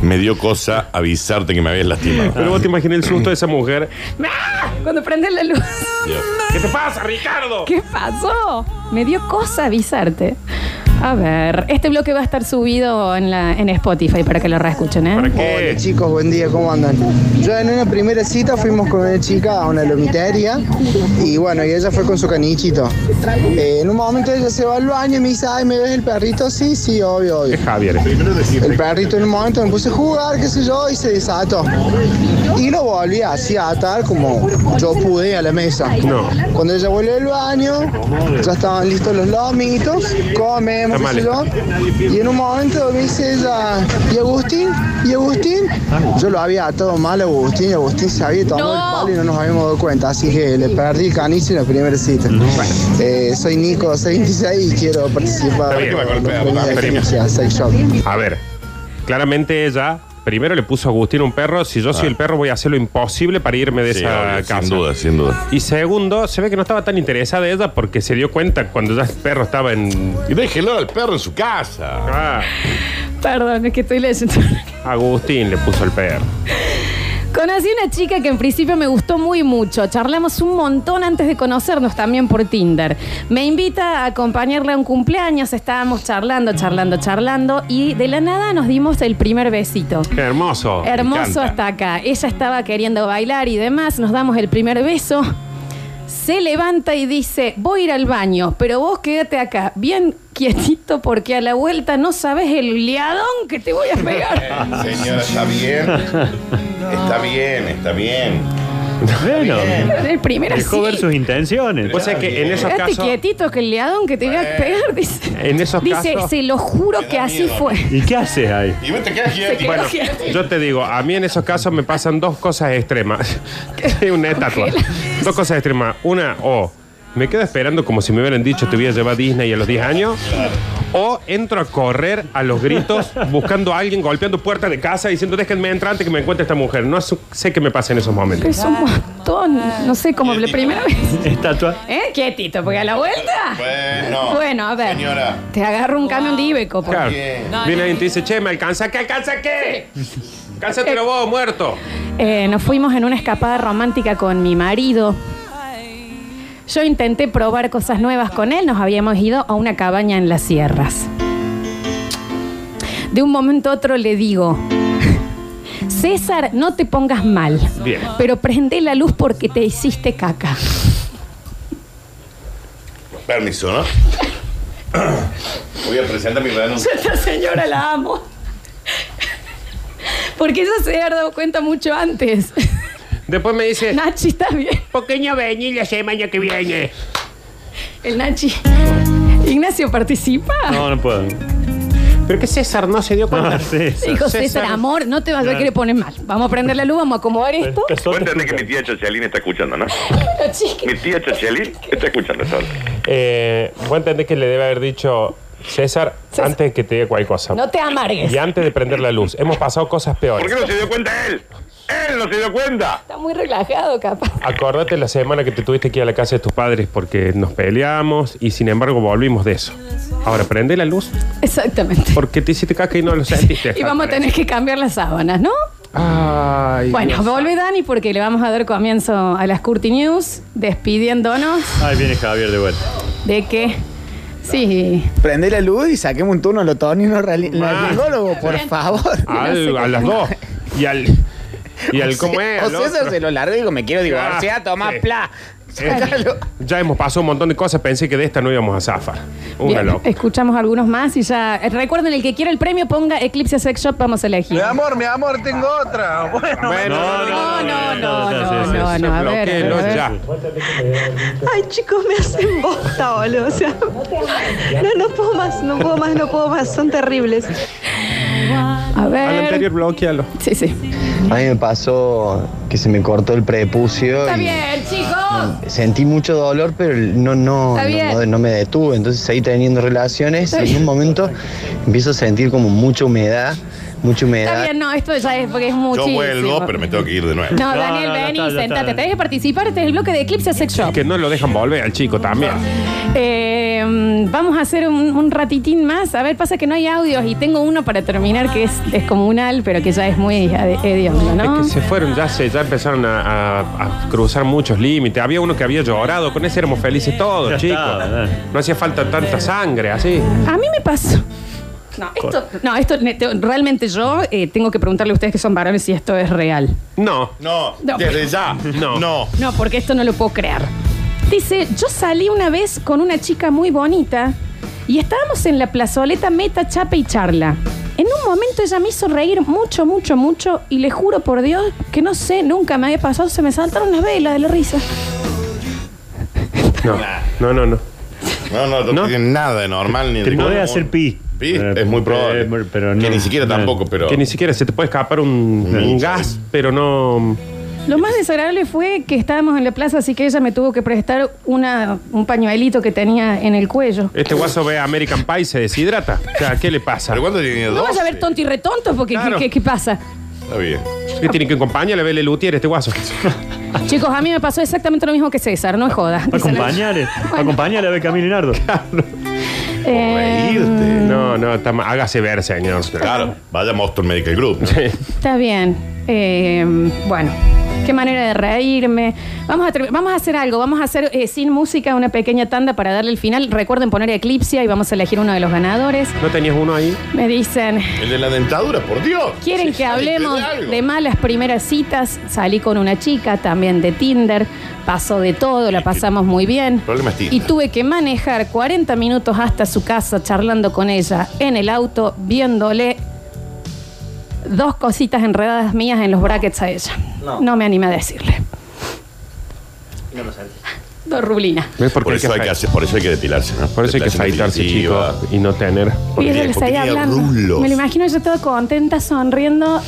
Me dio cosa avisarte que me habías lastimado.
Pero vos te imaginas el susto de esa mujer.
¡Ah! Cuando prende la luz.
Dios.
¿Qué te pasa, Ricardo?
¿Qué pasó? Me dio cosa avisarte. A ver, este bloque va a estar subido en, la, en Spotify para que lo reescuchen, ¿eh?
¿Para
Hola
qué?
chicos, buen día, ¿cómo andan? Yo en una primera cita fuimos con una chica a una lomitería y bueno, y ella fue con su canichito. Eh, en un momento ella se va al baño y me dice, ay, ¿me ves el perrito? Sí, sí, obvio, obvio.
Es Javier.
Primero decir,
El perrito en un momento me puse a jugar, qué sé yo, y se desató. Y lo volví así a atar como yo pude a la mesa.
No.
Cuando ella vuelve del baño, ya estaban listos los lomitos, comemos,
Está
qué sé yo.
mal.
Y en un momento me dice ella, ¿y Agustín? ¿Y Agustín? Yo lo había atado mal a Agustín y Agustín se había tomado
No.
el palo y no nos habíamos dado cuenta. Así que le perdí el caniche en la primera cita. Eh, soy Nico, 26 y quiero
Está
participar.
bien, va con el perro,
en la
va,
agencia Sex Shop.
A ver, claramente ella primero le puso a Agustín un perro. Si yo soy el perro, voy a hacer lo imposible para irme
Ah.
de
Sí,
esa
obvio,
casa.
Sin duda, sin duda.
Y segundo, se ve que no estaba tan interesada ella porque se dio cuenta cuando ya el perro estaba en.
Y déjelo al perro en su casa.
Ah,
Perdón, es que estoy leyendo.
Agustín le puso el perro.
Conocí una chica que en principio me gustó muy mucho. Charlamos un montón antes de conocernos también por Tinder. Me invita a acompañarle a un cumpleaños. Estábamos charlando, charlando, charlando y de la nada nos dimos el primer besito.
Qué hermoso. me
Hermoso
encanta.
hasta acá. Ella estaba queriendo bailar y demás. Nos damos el primer beso. Se levanta y dice, voy a ir al baño, pero vos quédate acá, bien quietito, porque a la vuelta no sabes el liadón que te voy a pegar.
Ah, Señora, está bien. Está bien, está bien.
Bueno,
En el primer
dejó
así.
ver sus intenciones.
O sea que en esos
Quédate
casos.
quietito que el liadón que te voy a pegar, dice.
En esos
Dice,
casos.
se lo juro que
da
así
miedo.
fue.
¿Y qué haces ahí?
Y vos te quedas quietito.
quedó
Bueno,
quieto.
Yo te digo, a mí en esos casos me pasan dos cosas extremas. Es una estatua. Dos cosas extremas. Una, o me quedo esperando como si me hubieran dicho te voy a llevar a Disney a los 10 años. O entro a correr a los gritos buscando a alguien, golpeando puertas de casa, diciendo déjenme entrar antes que me encuentre esta mujer. No su- sé qué me pasa en esos momentos.
Es un montón. No sé, como la primera vez.
Estatua.
¿Eh? Quietito, porque a la vuelta.
bueno.
Bueno, a ver.
Señora.
Te agarro un camión de Ibeco. por-
Claro.
Bien.
Viene alguien y te dice, che, ¿me alcanza qué? ¿Alcanza qué? Cánsatelo vos, muerto.
Eh, nos fuimos en una escapada romántica con mi marido. Yo intenté probar cosas nuevas con él. Nos habíamos ido a una cabaña en las sierras. De un momento a otro le digo, César, no te pongas mal.
Bien.
Pero prende la luz porque te hiciste caca.
Permiso, ¿no? Voy a presentar mi renuncia.
Esta señora la amo. Porque ella se había dado cuenta mucho antes.
Después me dice,
Nachi, ¿estás bien?
pequeño vení la semana que viene.
El Nachi. Ignacio participa.
No, no puedo.
Pero que César no se dio cuenta.
No, sí.
Dijo César, amor, no te vas a querer poner mal. Vamos a prender la luz, vamos a acomodar esto.
Cuéntame que mi tía Chachalín está escuchando, ¿no?
La chica.
Mi tía Chachalín está escuchando, Sol.
Eh, vos entendés que le debe haber dicho César,
César.
antes de que te diga cualquier cosa.
No te amargues.
y antes de prender la luz. Hemos pasado cosas
¿Por qué
peores.
no se dio cuenta él? ¡Él no se dio cuenta!
Está muy relajado, capaz.
Acordate la semana que te tuviste que ir a la casa de tus padres porque nos peleamos y sin embargo volvimos de eso. Ahora prende la luz
Exactamente.
porque te hiciste caca y no lo sentiste.
Y vamos a tener que cambiar las sábanas, ¿no?
Ay,
Bueno,
Dios.
volve Dani porque le vamos a dar comienzo a las Curti News, despidiéndonos
Ahí viene Javier de vuelta.
de que. Sí.
Prende la luz y saquemos un turno los tonino
Mal.
laringólogo, por favor.
Al- a las dos. Y al. Y al cómo
César-
es.
o
al
César
otro.
se lo largo y digo, me quiero divorciar,
Ah,
toma
sí.
pla.
Eh,
Sácalo.
ya hemos pasado un montón de cosas, pensé que de esta no íbamos a zafar. Una
Bien,
loca.
escuchamos algunos más y ya. eh, Recuerden, el que quiera el premio ponga Eclipse Sex Shop, vamos a elegir.
amor, mi amor, tengo otra. Bueno,
Bueno,
No, no, no,
sí,
no,
sí,
no,
sí,
no, a ver, a ver,
bloquéelo
a ver.
ya.
Ay, chicos, me hacen bosta, boludo. O sea, no, no puedo más, no puedo más, no puedo más. Son terribles.
A
Al
ver.
anterior bloquealo.
Sí, sí.
A mí me pasó que se me cortó el prepucio.
Está
y
bien, chicos.
Sentí mucho dolor, pero no, no,
Está bien.
no, no- no me detuve. Entonces seguí teniendo relaciones
Está
y en
bien.
un momento empiezo a sentir como mucha humedad, mucha humedad.
Está bien, no, esto ya es porque es muchísimo.
Yo vuelvo, pero me tengo que ir de nuevo.
No,
No,
Daniel,
no, no,
vení,
está, ya está.
sentate. Tenés que participar, este es el bloque de Eclipse Sex Shop.
Que no lo dejan volver al chico también.
Eh, mm, vamos a hacer un, un ratitín más. A ver, pasa que no hay audios y tengo uno para terminar que es descomunal, pero que ya es muy hedi- hediondo, ¿no?
Es que se fueron, ya se, ya empezaron a, a- a cruzar muchos límites. Había uno que había llorado, con ese éramos felices
Ya
todos, chicos.
está, eh.
No hacía falta tanta sangre, así.
A mí me pasó. No, esto, no, esto ne- te- realmente yo eh, tengo que preguntarle a ustedes que son varones si esto es real.
No.
No,
No.
desde ya.
No.
No.
No, porque esto no lo puedo creer. Dice, yo salí una vez con una chica muy bonita y estábamos en la plazoleta Meta, Chapa y Charla. En un momento ella me hizo reír mucho, mucho, mucho y le juro por Dios que no sé, nunca me había pasado, se me saltaron las velas de la risa.
No, no, no. no.
No, no, no,
No.
tiene nada de normal ni
Te
de
podés
común.
hacer pi.
Pi,
Eh,
es muy probable.
eh, pero no.
Que ni siquiera
No.
tampoco, pero.
Que ni siquiera se te puede escapar un, un gas, pero no.
Lo más desagradable fue que estábamos en la plaza, así que ella me tuvo que prestar una, un pañuelito que tenía en el cuello.
Este guaso ve American Pie y se deshidrata. O sea, ¿qué le pasa?
¿Pero cuándo tiene
No vaya a ver
12?
tonto y retonto, porque ¿qué-
Claro.
¿qué, qué pasa?
Está bien.
¿Qué tiene que acompañar? Le ve el lutier este guaso.
Chicos, a mí me pasó exactamente lo mismo que César, no es joda.
Pa' Acompañale, pa' acompañale a ver Camilo Leonardo.
Eh,
Reírte.
No, no, está mal. hágase ver, señor.
Claro, vaya Monster Medical Group. ¿no?
Está bien. Eh, bueno, qué manera de reírme. Vamos a, ter- vamos a hacer algo. Vamos a hacer eh, sin música una pequeña tanda para darle el final. Recuerden poner Eclipse y vamos a elegir uno de los ganadores.
¿No tenías uno ahí?
Me dicen,
El de la dentadura, por Dios.
¿quieren
Sí,
que hablemos
de algo.
de malas primeras citas? Salí con una chica, también de Tinder. Pasó de todo, la pasamos muy bien.
Problema es Tinder.
Y tuve que manejar 40 minutos hasta su casa charlando con ella en el auto, viéndole dos cositas enredadas mías en los brackets a ella. No, me animé a decirle. Dos rulinas.
¿Ves por qué
Por eso, hay que
afe-
hacer, por eso hay que depilarse, ¿no?
Por eso hay que afeitarse,
definitiva.
chicos, y no tener.
Y
Porque
ella
tiene-
les
porque
ahí
tiene
hablando.
rulos.
Me lo imagino yo toda contenta, sonriendo.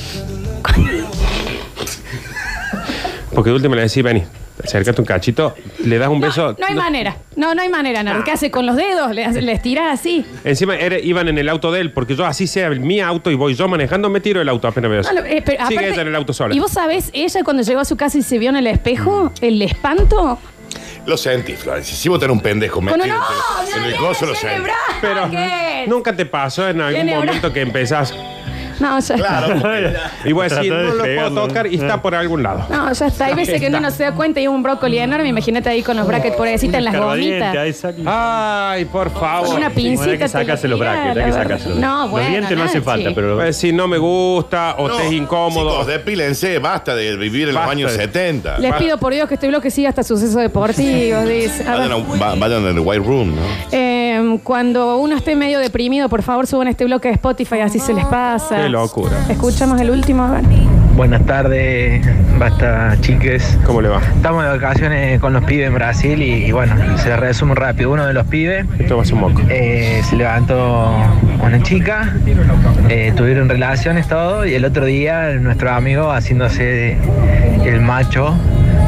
Porque de última le decís, vení, acércate un cachito, le das un beso.
No hay
No-
manera. No, no hay manera, Nardo. ¿Qué hace con los dedos? ¿Les, les tira así?
Encima era- iban en el auto de él, porque yo así sea mi auto y voy yo manejando, me tiro el auto apenas veo eso.
No, no, eh, pero
Sigue
aparte-
ella en el auto sola. Mm.
Y vos sabés, ella cuando llegó a su casa y se vio en el espejo, el espanto.
Lo sentí, Florencia. Si vos tenés un pendejo
Con un ¡Oh!
metido en-
¡No,
en el
no,
coso,
no,
lo
tiene
sentí.
brackets!
Pero nunca te pasó en algún
Tiene bra-
momento que empezás
No, ya está.
Claro, porque-
y voy a decir, no
Tratá de
lo puedo
pegarlo.
tocar y
Ah.
está por algún lado.
No, ya está. Hay veces que uno no se da cuenta y es un brócoli enorme. Imagínate ahí con los brackets por ahí, en las
Escarbadiente, ahí
gomitas.
saca-
Ay, por favor.
Una pincita.
Bueno, hay que
te
sacarse los
lo tira,
brackets,
la
hay que
verdad.
sacarse los
No, bueno,
Los dientes no hace
Nachi.
falta, pero.
Voy a decir, no me gusta o
No,
te es incómodo.
Chicos, depílense, basta de vivir en los
Basta
años
de-
70.
Les pido por Dios que este bloque siga hasta sucesos deportivos. dice. A ver.
Vayan, a un- va- vayan en el White Room, ¿no?
Eh, cuando uno esté medio deprimido, por favor suban este bloque de Spotify, así se les pasa.
Qué locura.
Escuchamos el último. a ver.
Buenas tardes, basta chiques.
¿Cómo le va?
Estamos de vacaciones con los pibes en Brasil y, y bueno, se resumo rápido. Uno de los pibes
Esto va a ser un moco.
eh, se levantó con una chica, eh, tuvieron relaciones, todo, y el otro día nuestro amigo haciéndose el macho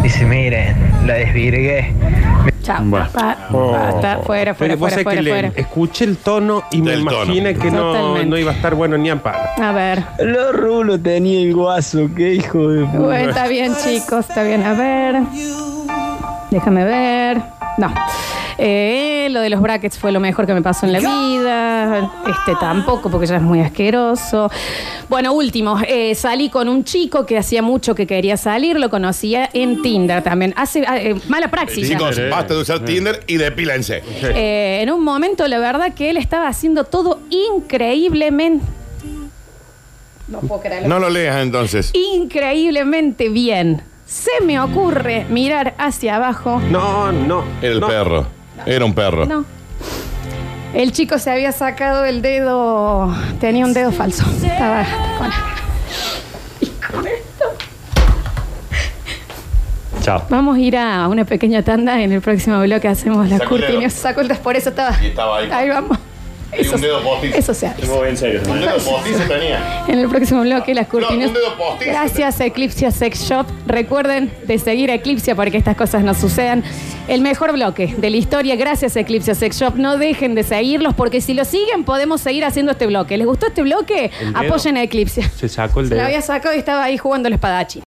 dice, miren, la desvirgué.
Chao.
Bueno.
Pa-
Oh.
basta. Ah, Fuera, fuera,
Pero vos
fuera,
sabés
fuera,
que le
fuera.
escuché el tono y me
Del tono.
imaginé que no,
Totalmente.
no iba a estar bueno ni a palo.
A ver.
Los rulos tenía el guaso, qué hijo de
Bueno, está bien, chicos, está bien. A ver. Déjame ver. No. Eh, lo de los brackets fue lo mejor que me pasó en la vida. Este tampoco, porque ya es muy asqueroso. Bueno, último. eh, salí con un chico que hacía mucho que quería salir. Lo conocía en Tinder también. Hace eh, mala praxis. ya.
Chicos, basta de usar Tinder y depílense.
Eh, en un momento, la verdad que él estaba haciendo todo increíblemente. No puedo creerlo.
No lo leas entonces.
Increíblemente bien. Se me ocurre mirar hacia abajo.
No, no.
Era el
no.
perro. Era un perro.
No. El chico se había sacado el dedo. Tenía un dedo falso. Estaba con. Y con esto.
Chao.
Vamos a ir a una pequeña tanda en el próximo bloque. Hacemos la
Saco el
cortina.
dedo.
Saco el dedo. Por eso estaba.
Y estaba ahí.
Ahí vamos.
Tenía
Eso,
un dedo postizo.
eso se hace.
en serio.
Un dedo postizo tenía.
En el próximo bloque, las cortinas.
un dedo postizo. ¿eh?
Gracias a Eclipse Sex Shop. Recuerden de seguir a Eclipse para que estas cosas no sucedan. El mejor bloque de la historia, gracias a Eclipse Sex Shop. No dejen de seguirlos porque si lo siguen podemos seguir haciendo este bloque. ¿Les gustó este bloque?
El dedo.
Apoyen a Eclipse.
Se sacó el
Se
dedo.
lo había sacado y estaba ahí jugando el espadachín.